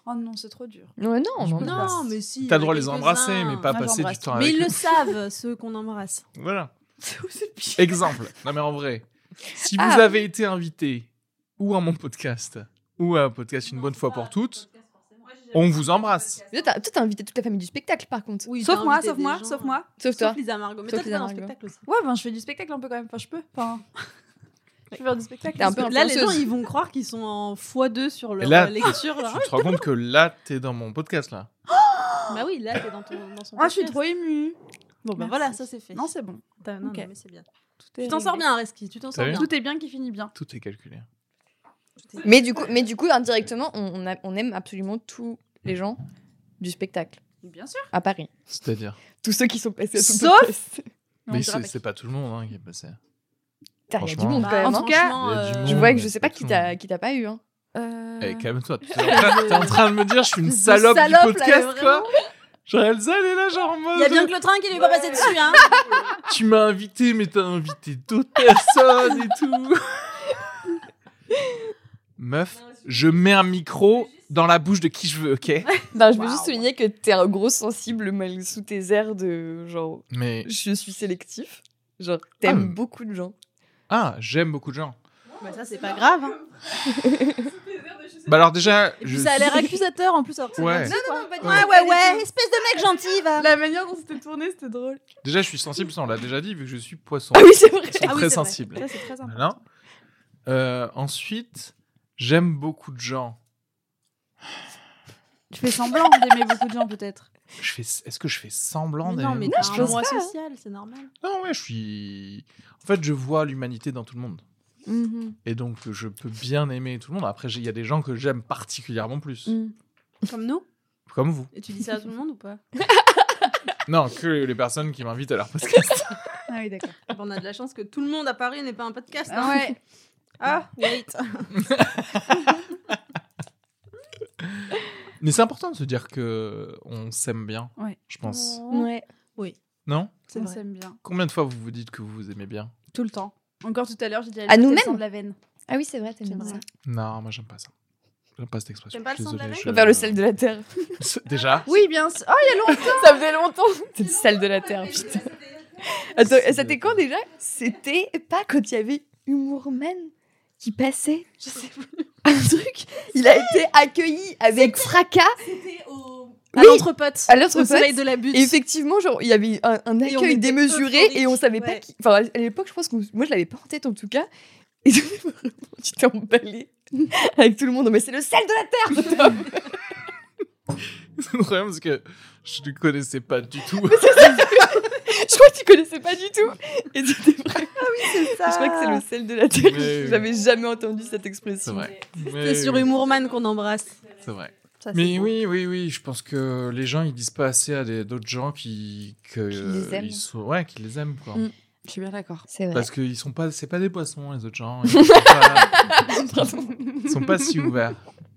[SPEAKER 5] Oh non, c'est trop dur.
[SPEAKER 6] Ouais, non, on
[SPEAKER 3] Non,
[SPEAKER 6] embrasse.
[SPEAKER 4] mais si.
[SPEAKER 3] T'as le
[SPEAKER 4] il y en
[SPEAKER 3] droit
[SPEAKER 4] a
[SPEAKER 3] de les embrasser,
[SPEAKER 4] quelques-uns.
[SPEAKER 3] mais pas
[SPEAKER 5] Moi,
[SPEAKER 3] passer du
[SPEAKER 5] j'embrasse
[SPEAKER 3] temps
[SPEAKER 4] Mais
[SPEAKER 3] avec
[SPEAKER 4] ils
[SPEAKER 3] eux.
[SPEAKER 4] le savent, ceux qu'on embrasse.
[SPEAKER 3] Voilà.
[SPEAKER 6] C'est où, c'est le pire
[SPEAKER 3] Exemple. Non, mais en vrai, si
[SPEAKER 6] Ah.
[SPEAKER 3] vous avez été invité ou à mon podcast ou à un podcast une bonne fois pour toutes, on vous embrasse.
[SPEAKER 6] Toi, t'as toi, t'as invité toute la famille du spectacle, par contre.
[SPEAKER 4] Oui,
[SPEAKER 5] sauf
[SPEAKER 4] t'as
[SPEAKER 5] moi,
[SPEAKER 4] invité
[SPEAKER 5] sauf
[SPEAKER 4] des
[SPEAKER 5] moi,
[SPEAKER 4] gens,
[SPEAKER 5] sauf
[SPEAKER 4] euh,
[SPEAKER 5] moi.
[SPEAKER 6] Sauf toi.
[SPEAKER 4] Sauf Lisa Margot. Mais
[SPEAKER 6] Sauf
[SPEAKER 4] toi, t'as
[SPEAKER 6] Lisa
[SPEAKER 4] un
[SPEAKER 6] Margot.
[SPEAKER 4] spectacle aussi.
[SPEAKER 5] Ouais, ben je fais du spectacle un peu quand même. Enfin, je peux. Enfin, je peux faire du spectacle.
[SPEAKER 6] T'es un peu
[SPEAKER 5] Parce que-
[SPEAKER 4] Là, les gens,
[SPEAKER 6] influenceuse.
[SPEAKER 4] ils vont croire qu'ils sont en x2 sur leur
[SPEAKER 3] Et là-
[SPEAKER 4] euh, lecture. là.
[SPEAKER 3] Tu te rends compte que là, t'es dans mon podcast, là.
[SPEAKER 4] bah oui, là, t'es dans, ton, dans son.
[SPEAKER 5] Ah, je suis
[SPEAKER 4] podcast.
[SPEAKER 5] trop émue.
[SPEAKER 4] Bon, bah
[SPEAKER 5] Merci.
[SPEAKER 4] voilà, ça c'est fait.
[SPEAKER 5] Non, c'est bon.
[SPEAKER 4] T'as- non,
[SPEAKER 5] ok.
[SPEAKER 4] non, mais c'est bien.
[SPEAKER 5] Tout est
[SPEAKER 4] Tu t'en sors
[SPEAKER 5] réglé.
[SPEAKER 4] bien, Reski. Tu t'en
[SPEAKER 3] T'as
[SPEAKER 4] sors
[SPEAKER 3] vu
[SPEAKER 4] bien.
[SPEAKER 5] Tout est bien qui finit bien.
[SPEAKER 3] Tout est calculé.
[SPEAKER 6] Mais du coup, mais du coup indirectement, on, on a- on aime absolument tous les gens du spectacle
[SPEAKER 5] Bien sûr.
[SPEAKER 6] à Paris.
[SPEAKER 3] C'est-à-dire.
[SPEAKER 6] Tous ceux qui sont passés à ton
[SPEAKER 5] Sauf-
[SPEAKER 6] podcast.
[SPEAKER 3] Mais c'est c'est pas tout le monde hein, qui est passé.
[SPEAKER 6] Putain, Il y a du
[SPEAKER 3] Franchement.
[SPEAKER 6] monde
[SPEAKER 4] Bah,
[SPEAKER 6] quand même.
[SPEAKER 5] en
[SPEAKER 6] hein.
[SPEAKER 5] tout cas,
[SPEAKER 4] franchement,
[SPEAKER 3] Il y a du
[SPEAKER 4] euh,
[SPEAKER 3] monde.
[SPEAKER 6] Je
[SPEAKER 3] Mmh,
[SPEAKER 6] vois que
[SPEAKER 3] mais
[SPEAKER 6] je sais
[SPEAKER 3] c'est
[SPEAKER 6] pas
[SPEAKER 3] pas
[SPEAKER 6] qui
[SPEAKER 3] tout.
[SPEAKER 6] t'a qui t'a pas eu. Hein.
[SPEAKER 3] Eh, calme-toi. T'es en, train- t'es en train de me dire, je suis une salope,
[SPEAKER 6] salope, là,
[SPEAKER 3] du podcast,
[SPEAKER 6] mais
[SPEAKER 3] quoi. Genre, Elsa, elle est là, genre en
[SPEAKER 4] Il
[SPEAKER 3] mode.
[SPEAKER 4] y a bien que le train qui lui est pas passé dessus, hein.
[SPEAKER 3] Tu m'as invité, mais t'as invité d'autres personnes et tout. Meuf, je mets un micro dans la bouche de qui je veux, ok
[SPEAKER 6] Non, je veux
[SPEAKER 4] Waouh.
[SPEAKER 6] juste souligner que t'es un gros sensible mal sous tes airs de genre
[SPEAKER 3] Mais.
[SPEAKER 6] je suis sélectif. Genre t'aimes
[SPEAKER 3] Ah.
[SPEAKER 6] beaucoup de gens.
[SPEAKER 3] Ah, j'aime beaucoup de gens.
[SPEAKER 4] Bah ça c'est pas grave. hein.
[SPEAKER 3] Bah alors, déjà.
[SPEAKER 4] Et
[SPEAKER 3] je
[SPEAKER 4] puis ça a l'air
[SPEAKER 3] suis-
[SPEAKER 4] accusateur en plus. alors que c'est
[SPEAKER 3] Ouais.
[SPEAKER 4] gentil, quoi.
[SPEAKER 3] Ouais,
[SPEAKER 4] ouais ouais. Espèce de mec gentil va.
[SPEAKER 5] La manière dont c'était tourné, c'était drôle.
[SPEAKER 3] Déjà, je suis sensible, ça on l'a déjà dit, vu que je suis poisson.
[SPEAKER 6] Ah oui, c'est vrai.
[SPEAKER 3] Ils sont
[SPEAKER 4] Ah oui,
[SPEAKER 3] très
[SPEAKER 4] c'est vrai.
[SPEAKER 3] sensibles.
[SPEAKER 5] Ça, c'est très important.
[SPEAKER 3] Voilà. Euh, ensuite, j'aime beaucoup de gens.
[SPEAKER 5] Tu fais semblant d'aimer beaucoup de gens, peut-être.
[SPEAKER 3] Je fais... Est-ce que je fais semblant
[SPEAKER 4] Mais
[SPEAKER 3] d'aimer
[SPEAKER 4] non mais
[SPEAKER 3] beaucoup
[SPEAKER 4] t'as
[SPEAKER 3] de
[SPEAKER 4] un
[SPEAKER 3] gens
[SPEAKER 4] droit social, c'est normal.
[SPEAKER 3] Non, ouais, je suis. En fait, je vois l'humanité dans tout le monde.
[SPEAKER 5] Mhm.
[SPEAKER 3] Et donc, je peux bien aimer tout le monde. Après, j'ai- il y a des gens que j'aime particulièrement plus.
[SPEAKER 6] Mm.
[SPEAKER 5] Mhm.
[SPEAKER 4] Comme nous.
[SPEAKER 3] Comme vous.
[SPEAKER 4] Et tu dis ça à tout le monde ou pas
[SPEAKER 3] Non, que les personnes qui m'invitent à leur podcast.
[SPEAKER 5] Ah oui, d'accord.
[SPEAKER 4] Bah, On a de la chance que tout le monde à Paris n'ait pas un podcast. hein.
[SPEAKER 5] Ah ouais.
[SPEAKER 4] Ah wait.
[SPEAKER 3] Mais c'est important de se dire que on s'aime bien.
[SPEAKER 5] Ouais.
[SPEAKER 3] Je pense.
[SPEAKER 6] Ouais.
[SPEAKER 3] Non
[SPEAKER 4] C'est
[SPEAKER 5] on
[SPEAKER 4] vrai.
[SPEAKER 5] s'aime bien.
[SPEAKER 3] Combien de fois vous vous dites que vous vous aimez bien
[SPEAKER 5] Tout le temps. Encore tout à l'heure, j'ai dit
[SPEAKER 6] À
[SPEAKER 5] Alice,
[SPEAKER 6] nous-mêmes
[SPEAKER 5] elle sent de la veine.
[SPEAKER 6] Ah oui, c'est vrai, t'aimes
[SPEAKER 5] C'est
[SPEAKER 6] bien
[SPEAKER 5] vrai.
[SPEAKER 6] ça.
[SPEAKER 3] Non, moi, j'aime pas ça. J'aime pas cette expression.
[SPEAKER 4] T'aimes pas le
[SPEAKER 3] Je suis
[SPEAKER 4] son de la
[SPEAKER 3] désolé,
[SPEAKER 4] veine
[SPEAKER 3] je-
[SPEAKER 6] Vers le sel de la terre.
[SPEAKER 3] Déjà
[SPEAKER 5] Oui, bien sûr. Oh,
[SPEAKER 6] ça faisait longtemps. C'était le sel de la terre, putain. Attends,
[SPEAKER 3] C'est-
[SPEAKER 6] c'était quand déjà C'était pas quand il y avait Humourman qui passait, je sais plus. Un truc, il a été accueilli avec fracas
[SPEAKER 4] C'était au
[SPEAKER 6] Oui.
[SPEAKER 4] à l'autre pote.
[SPEAKER 6] à l'autre
[SPEAKER 4] Au soleil
[SPEAKER 6] pote.
[SPEAKER 4] de la butte.
[SPEAKER 6] Et effectivement, genre, il y avait un, un
[SPEAKER 4] Et on
[SPEAKER 6] accueil
[SPEAKER 4] était
[SPEAKER 6] démesuré
[SPEAKER 4] euphorique,
[SPEAKER 6] et on savait pas
[SPEAKER 4] ouais.
[SPEAKER 6] qui. Enfin, à l'époque, je pense que moi, je l'avais pas en tête en tout cas. Et tu t'es emballé avec tout le monde. Mais c'est le sel de la terre, Tom.
[SPEAKER 3] Le problème, c'est que je ne connaissais pas du tout.
[SPEAKER 6] Je crois que tu connaissais pas du tout. Et c'était vrai. Je crois que Ah c'est le sel de la terre.
[SPEAKER 3] Mais-
[SPEAKER 6] J'avais jamais entendu cette
[SPEAKER 3] C'est
[SPEAKER 6] expression.
[SPEAKER 3] vrai. Mais
[SPEAKER 4] C'est sur
[SPEAKER 3] oui,
[SPEAKER 4] Humourman qu'on embrasse.
[SPEAKER 3] C'est vrai.
[SPEAKER 4] Ça, c'est
[SPEAKER 3] Mais
[SPEAKER 4] beau.
[SPEAKER 3] oui, oui, oui, je pense que les gens, ils disent pas assez à des- d'autres gens qui, que,
[SPEAKER 6] Qui les aiment.
[SPEAKER 3] ils sont, ouais, qui les aiment, quoi.
[SPEAKER 5] Mm. Je suis bien d'accord.
[SPEAKER 6] C'est vrai.
[SPEAKER 3] Parce que ils sont pas, c'est pas des poissons, les autres gens. Ils sont pas, ils sont pas si ouverts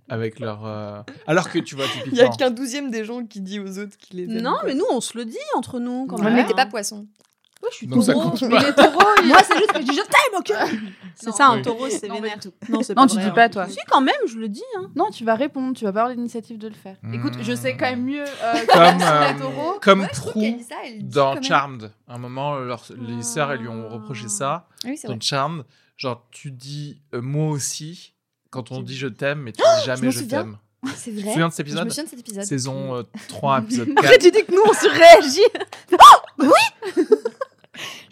[SPEAKER 3] avec leur. euh, Alors que tu vois,
[SPEAKER 6] Il y a
[SPEAKER 3] typiquement.
[SPEAKER 6] qu'un douzième des gens qui dit aux autres qu'ils les aiment.
[SPEAKER 4] Non mais nous on se le dit entre nous quand
[SPEAKER 6] on
[SPEAKER 4] même.
[SPEAKER 6] n'était pas poisson.
[SPEAKER 4] Moi je suis
[SPEAKER 3] Donc, ça
[SPEAKER 4] taureau.
[SPEAKER 3] compte
[SPEAKER 4] Mais les taureaux, ils- moi c'est juste que je dis je t'aime ok. C'est
[SPEAKER 5] Non,
[SPEAKER 4] ça un
[SPEAKER 3] oui.
[SPEAKER 4] taureau c'est
[SPEAKER 5] Non, mais
[SPEAKER 4] vénère.
[SPEAKER 5] tout.
[SPEAKER 4] Non c'est hein.
[SPEAKER 5] Non, tu dis pas, toi.
[SPEAKER 4] Si quand même je le dis. hein.
[SPEAKER 5] Non, tu vas répondre. Tu vas avoir l'initiative de le faire.
[SPEAKER 3] Mmh.
[SPEAKER 5] Écoute, je sais quand même mieux. euh,
[SPEAKER 3] Comme,
[SPEAKER 5] la
[SPEAKER 3] euh,
[SPEAKER 5] taureau.
[SPEAKER 3] comme
[SPEAKER 6] Ouais, je trouve qu'elle
[SPEAKER 3] Prue
[SPEAKER 6] dit ça, elle dit quand
[SPEAKER 3] dans
[SPEAKER 6] même.
[SPEAKER 3] Charmed. À un moment, leur- les
[SPEAKER 4] Ah.
[SPEAKER 3] sœurs, elles lui ont reproché ça.
[SPEAKER 6] Ah oui, c'est vrai.
[SPEAKER 3] Dans Charmed, genre, tu dis euh, moi aussi quand on dit je t'aime, mais tu dis
[SPEAKER 6] Je
[SPEAKER 3] jamais
[SPEAKER 6] m'en
[SPEAKER 3] je
[SPEAKER 6] souviens.
[SPEAKER 3] t'aime.
[SPEAKER 6] Oh, Ah, C'est
[SPEAKER 3] Tu te
[SPEAKER 6] vrai.
[SPEAKER 3] souviens de cet
[SPEAKER 6] Je me
[SPEAKER 3] épisode
[SPEAKER 6] souviens de cet épisode.
[SPEAKER 3] Saison euh, 3, épisode 4.
[SPEAKER 4] Après tu dis que nous on se réagit.
[SPEAKER 6] Je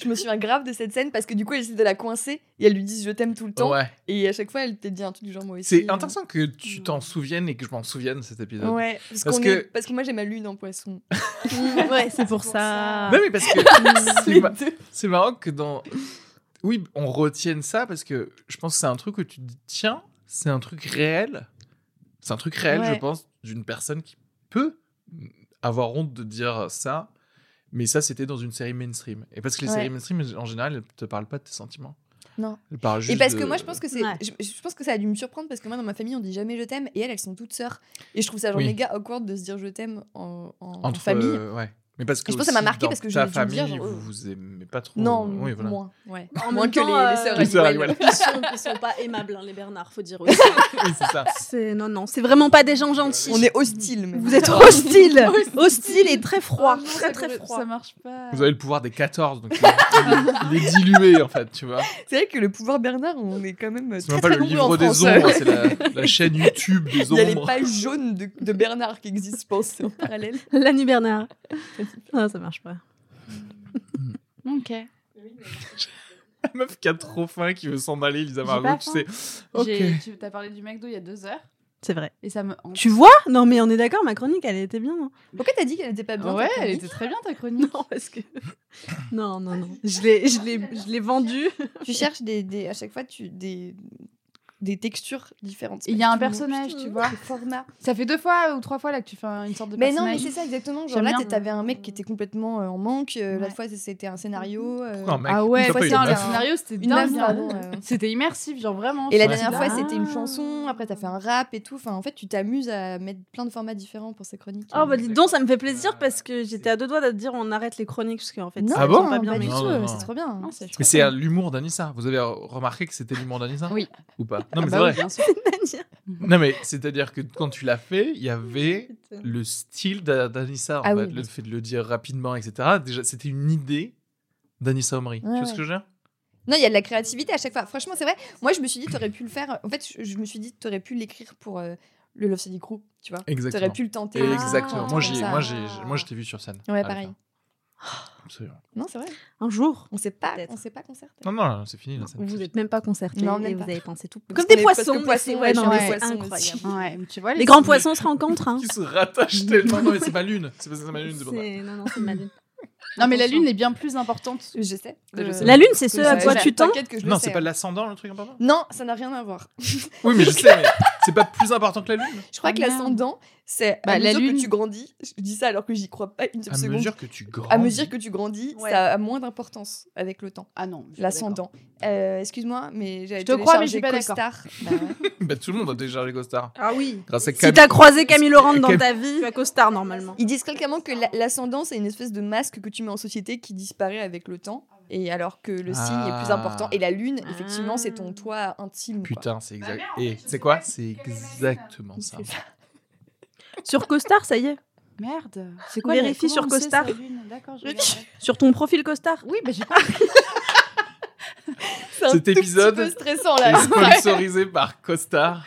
[SPEAKER 6] Je me souviens grave de cette scène parce que du coup, elle essaie de la coincer et elle lui dit je t'aime tout le temps.
[SPEAKER 3] Ouais.
[SPEAKER 6] Et à chaque fois, elle te dit un truc du genre moi aussi.
[SPEAKER 3] C'est
[SPEAKER 6] euh,
[SPEAKER 3] intéressant que tu t'en souviennes et que je m'en souvienne cet épisode.
[SPEAKER 6] Ouais, parce,
[SPEAKER 3] Parce
[SPEAKER 6] qu'on
[SPEAKER 3] que-
[SPEAKER 6] est- parce que moi j'ai ma lune en poisson.
[SPEAKER 4] ouais, c'est pour ça.
[SPEAKER 3] Non mais parce que c'est
[SPEAKER 6] Ah. Les
[SPEAKER 3] ma-
[SPEAKER 6] deux.
[SPEAKER 3] c'est marrant que dans oui on retienne ça parce que je pense que c'est un truc où tu te dis tiens c'est un truc réel c'est un truc réel
[SPEAKER 6] Ouais.
[SPEAKER 3] je pense d'une personne qui peut avoir honte de dire ça mais ça c'était dans une série mainstream et parce que les
[SPEAKER 6] Ouais.
[SPEAKER 3] séries mainstream en général elles te parlent pas de tes sentiments
[SPEAKER 6] Non.
[SPEAKER 3] Elles parlent
[SPEAKER 6] Et
[SPEAKER 3] juste
[SPEAKER 6] parce que
[SPEAKER 3] de-
[SPEAKER 6] moi je pense que c'est
[SPEAKER 4] Ouais.
[SPEAKER 6] je, je pense que ça a dû me surprendre parce que moi dans ma famille on dit jamais je t'aime et elles elles sont toutes sœurs et je trouve ça genre
[SPEAKER 3] Oui.
[SPEAKER 6] méga awkward de se dire je t'aime en, en- en
[SPEAKER 3] entre
[SPEAKER 6] famille.
[SPEAKER 3] euh, ouais mais parce que
[SPEAKER 6] Et je pense que ça m'a
[SPEAKER 3] aussi,
[SPEAKER 6] marqué
[SPEAKER 3] dans
[SPEAKER 6] parce que je
[SPEAKER 3] ta
[SPEAKER 6] l'ai dû me
[SPEAKER 3] famille
[SPEAKER 6] dire, genre,
[SPEAKER 3] vous
[SPEAKER 6] euh,
[SPEAKER 3] vous aimez pas trop
[SPEAKER 6] Non,
[SPEAKER 3] oui, voilà.
[SPEAKER 6] moins, ouais.
[SPEAKER 4] En
[SPEAKER 6] moins
[SPEAKER 4] même
[SPEAKER 6] que les,
[SPEAKER 4] temps,
[SPEAKER 6] les
[SPEAKER 4] euh,
[SPEAKER 6] sœurs
[SPEAKER 3] les sœurs
[SPEAKER 6] Halliwell.
[SPEAKER 3] Halliwell.
[SPEAKER 6] Ouais.
[SPEAKER 10] Ils sont, ils sont pas aimables, hein, les Bernards, faut dire aussi.
[SPEAKER 3] Oui, c'est ça
[SPEAKER 4] C'est non non, c'est vraiment pas des gens gentils.
[SPEAKER 6] On est hostile.
[SPEAKER 4] Vous êtes hostile, hostile et très froid,
[SPEAKER 5] Oh non, ça
[SPEAKER 4] très très
[SPEAKER 5] corre-
[SPEAKER 4] froid.
[SPEAKER 5] Ça marche pas.
[SPEAKER 3] vous avez le pouvoir des 14 donc il est- il est dilué en fait tu vois
[SPEAKER 6] C'est vrai que le pouvoir Bernard, on est quand même
[SPEAKER 3] C'est
[SPEAKER 6] très
[SPEAKER 3] même pas
[SPEAKER 6] très
[SPEAKER 3] le
[SPEAKER 6] nombreux en
[SPEAKER 3] livre des
[SPEAKER 6] France.
[SPEAKER 3] ombres, c'est la, la chaîne YouTube des
[SPEAKER 6] Il y a les
[SPEAKER 3] ombres.
[SPEAKER 6] pages jaunes de, de Bernard qui existent, je pense, en parallèle.
[SPEAKER 4] L'année Bernard. Non, ça marche pas.
[SPEAKER 5] Ok.
[SPEAKER 3] La meuf qui a trop faim, qui veut s'en aller, Lisa
[SPEAKER 5] J'ai
[SPEAKER 3] Margot,
[SPEAKER 5] pas
[SPEAKER 3] tu sais. Ok.
[SPEAKER 5] J'ai- Tu as parlé du McDo il y a deux heures
[SPEAKER 4] C'est vrai.
[SPEAKER 5] et ça me. hante.
[SPEAKER 4] Tu vois Non mais on est d'accord, ma chronique elle était bien. hein.
[SPEAKER 6] Pourquoi t'as dit qu'elle n'était pas bien
[SPEAKER 5] Ouais,
[SPEAKER 6] ta
[SPEAKER 5] elle
[SPEAKER 6] chronique
[SPEAKER 5] était très bien ta chronique.
[SPEAKER 4] Non parce que non non non, je l'ai je l'ai je l'ai vendue.
[SPEAKER 6] Tu cherches des, des- à chaque fois tu, des, des textures différentes.
[SPEAKER 5] Et il y a un personnage, tu vois.
[SPEAKER 6] Le format.
[SPEAKER 5] Ça fait deux fois ou trois fois là que tu fais un- une sorte de
[SPEAKER 6] euh. Mais non, mais
[SPEAKER 5] personnage.
[SPEAKER 6] c'est ça exactement. Genre
[SPEAKER 5] J'aime
[SPEAKER 6] là,
[SPEAKER 5] bien.
[SPEAKER 6] t'as- t'avais un mec qui était complètement euh, en manque. euh,
[SPEAKER 5] Ouais.
[SPEAKER 6] L'autre fois, c'était un scénario. euh,
[SPEAKER 3] Pourquoi un mec
[SPEAKER 5] ah ouais,
[SPEAKER 3] Pourquoi pas
[SPEAKER 5] putain,
[SPEAKER 3] une
[SPEAKER 5] le
[SPEAKER 3] meuf
[SPEAKER 5] scénario c'était
[SPEAKER 6] une meuf,
[SPEAKER 5] dingue. hein.
[SPEAKER 6] pardon, ouais, ouais.
[SPEAKER 5] C'était immersif, genre vraiment.
[SPEAKER 6] Et la
[SPEAKER 5] je me suis
[SPEAKER 6] dernière
[SPEAKER 5] dit,
[SPEAKER 6] fois,
[SPEAKER 5] ah.
[SPEAKER 6] c'était une chanson. Après, t'as fait un rap et tout. Enfin, en fait, tu t'amuses à mettre plein de formats différents pour ces chroniques.
[SPEAKER 4] Oh bah dis donc, ça me fait plaisir parce que j'étais à deux doigts de te dire on arrête les chroniques parce qu'en fait
[SPEAKER 6] non,
[SPEAKER 4] ça
[SPEAKER 3] Ah bon
[SPEAKER 4] tombe pas bien.
[SPEAKER 6] pas du
[SPEAKER 4] mais-
[SPEAKER 3] Non,
[SPEAKER 6] tout.
[SPEAKER 3] non,
[SPEAKER 6] euh,
[SPEAKER 3] non.
[SPEAKER 6] C'est trop bien.
[SPEAKER 4] Ah,
[SPEAKER 5] Non, c'est-
[SPEAKER 3] Mais c'est euh, l'humour d'Anissa. Vous avez euh, remarqué que c'était l'humour d'Anissa
[SPEAKER 5] Oui.
[SPEAKER 3] Ou pas Non, mais
[SPEAKER 5] Ah
[SPEAKER 3] c'est
[SPEAKER 5] bah oui,
[SPEAKER 3] vrai.
[SPEAKER 5] bien sûr.
[SPEAKER 3] Non, mais c'est-à-dire que quand tu l'as fait, il y avait
[SPEAKER 4] euh,
[SPEAKER 3] le style d'A- d'Anissa. en
[SPEAKER 6] Ah
[SPEAKER 3] fait.
[SPEAKER 6] oui.
[SPEAKER 3] Le fait de le dire rapidement, etc. Déjà, c'était une idée d'Anissa Omri. tu
[SPEAKER 6] Ouais,
[SPEAKER 3] vois ce
[SPEAKER 6] ouais.
[SPEAKER 3] que je veux dire
[SPEAKER 6] Non, il y a de la créativité à chaque fois. Franchement, c'est vrai. Moi, je me suis dit, t'aurais pu le faire. En fait, je, je me suis dit, t'aurais pu l'écrire pour euh, le Love Study Crew, tu vois. T'aurais
[SPEAKER 3] Exactement.
[SPEAKER 6] pu le tenter.
[SPEAKER 3] Et Exactement.
[SPEAKER 6] Ah,
[SPEAKER 3] Moi, j'y-
[SPEAKER 6] ça.
[SPEAKER 3] moi, j'ai- j'ai- moi, je t'ai vu sur scène.
[SPEAKER 6] Ouais,
[SPEAKER 3] à la
[SPEAKER 6] pareil.
[SPEAKER 3] fin. Absolument.
[SPEAKER 6] Non, c'est vrai.
[SPEAKER 4] Un jour,
[SPEAKER 6] On s'est pas,
[SPEAKER 4] Peut-être.
[SPEAKER 6] on s'est pas concerté.
[SPEAKER 3] Non, non, c'est fini. Là, ça-
[SPEAKER 4] vous êtes même pas concertés
[SPEAKER 6] Non, même
[SPEAKER 4] et
[SPEAKER 6] pas.
[SPEAKER 4] vous avez pensé tout
[SPEAKER 6] Parce
[SPEAKER 4] comme des
[SPEAKER 6] qu'on est- parce que
[SPEAKER 4] poissons. des
[SPEAKER 6] poissons,
[SPEAKER 4] fois,
[SPEAKER 6] ouais,
[SPEAKER 4] non,
[SPEAKER 6] genre
[SPEAKER 5] des
[SPEAKER 4] mais c'est
[SPEAKER 6] poissons aussi.
[SPEAKER 4] incroyable.
[SPEAKER 5] Ouais, mais tu vois,
[SPEAKER 4] Les grands poissons se rencontrent. Hein.
[SPEAKER 3] qui se rattache tellement. Non, mais c'est ma lune. C'est pas c'est ma lune. c'est pour ça.
[SPEAKER 4] C'est- Non, non, c'est ma lune.
[SPEAKER 5] Non, mais la lune est bien plus importante.
[SPEAKER 6] Je sais.
[SPEAKER 5] Je sais.
[SPEAKER 4] La lune, c'est ce
[SPEAKER 6] Je
[SPEAKER 4] à
[SPEAKER 6] sais,
[SPEAKER 4] quoi
[SPEAKER 6] je-
[SPEAKER 4] tu tends.
[SPEAKER 6] T'inquiète que je le
[SPEAKER 3] Non,
[SPEAKER 6] sais,
[SPEAKER 3] c'est pas
[SPEAKER 6] hein.
[SPEAKER 3] l'ascendant le truc important
[SPEAKER 6] Non, ça n'a rien à voir.
[SPEAKER 3] Oui, mais je sais, mais c'est pas plus important que la lune
[SPEAKER 6] Je crois que
[SPEAKER 5] Ah, merde.
[SPEAKER 6] l'ascendant, c'est
[SPEAKER 5] Bah,
[SPEAKER 6] à
[SPEAKER 5] la
[SPEAKER 6] mesure
[SPEAKER 5] lune.
[SPEAKER 6] que tu grandis. Je dis ça alors que j'y crois pas une seule
[SPEAKER 3] À
[SPEAKER 6] seconde.
[SPEAKER 3] mesure que tu grandis.
[SPEAKER 6] À mesure que tu grandis,
[SPEAKER 4] Ouais.
[SPEAKER 6] ça a moins d'importance avec le temps.
[SPEAKER 5] Ah non. je suis pas
[SPEAKER 6] L'ascendant. Euh, Excuse-moi, mais j'avais
[SPEAKER 5] Je te crois, mais je suis
[SPEAKER 6] téléchargé
[SPEAKER 5] pas
[SPEAKER 6] CoStar. Bah ouais.
[SPEAKER 3] Bah, tout le monde a déjà les costards.
[SPEAKER 4] Ah oui.
[SPEAKER 3] Grâce à
[SPEAKER 4] Si
[SPEAKER 3] Camille.
[SPEAKER 4] t'as croisé Camille Laurent dans
[SPEAKER 3] Cam-
[SPEAKER 4] ta vie, tu as costard normalement.
[SPEAKER 6] Ils disent fréquemment que la- l'ascendant, c'est une espèce de masque que tu mets en société qui disparaît avec le temps. Et alors que le
[SPEAKER 3] Ah.
[SPEAKER 6] signe est plus important. Et la lune,
[SPEAKER 4] Ah.
[SPEAKER 6] effectivement, c'est ton toit intime. quoi.
[SPEAKER 3] Putain, c'est exact. Et c'est quoi C'est exactement ça.
[SPEAKER 4] Sur costard, ça y est.
[SPEAKER 5] d'accord. Merde. C'est quoi
[SPEAKER 4] Vérifie
[SPEAKER 5] la-
[SPEAKER 4] sur
[SPEAKER 5] comment on sait
[SPEAKER 4] Costar.
[SPEAKER 5] sa lune D'accord, je regarderai.
[SPEAKER 4] Sur ton profil costard.
[SPEAKER 5] Oui, mais j'ai pas.
[SPEAKER 6] C'est un
[SPEAKER 3] Cet
[SPEAKER 6] tout petit
[SPEAKER 3] épisode
[SPEAKER 6] peu stressant
[SPEAKER 3] est
[SPEAKER 6] là.
[SPEAKER 3] sponsorisé par Costard.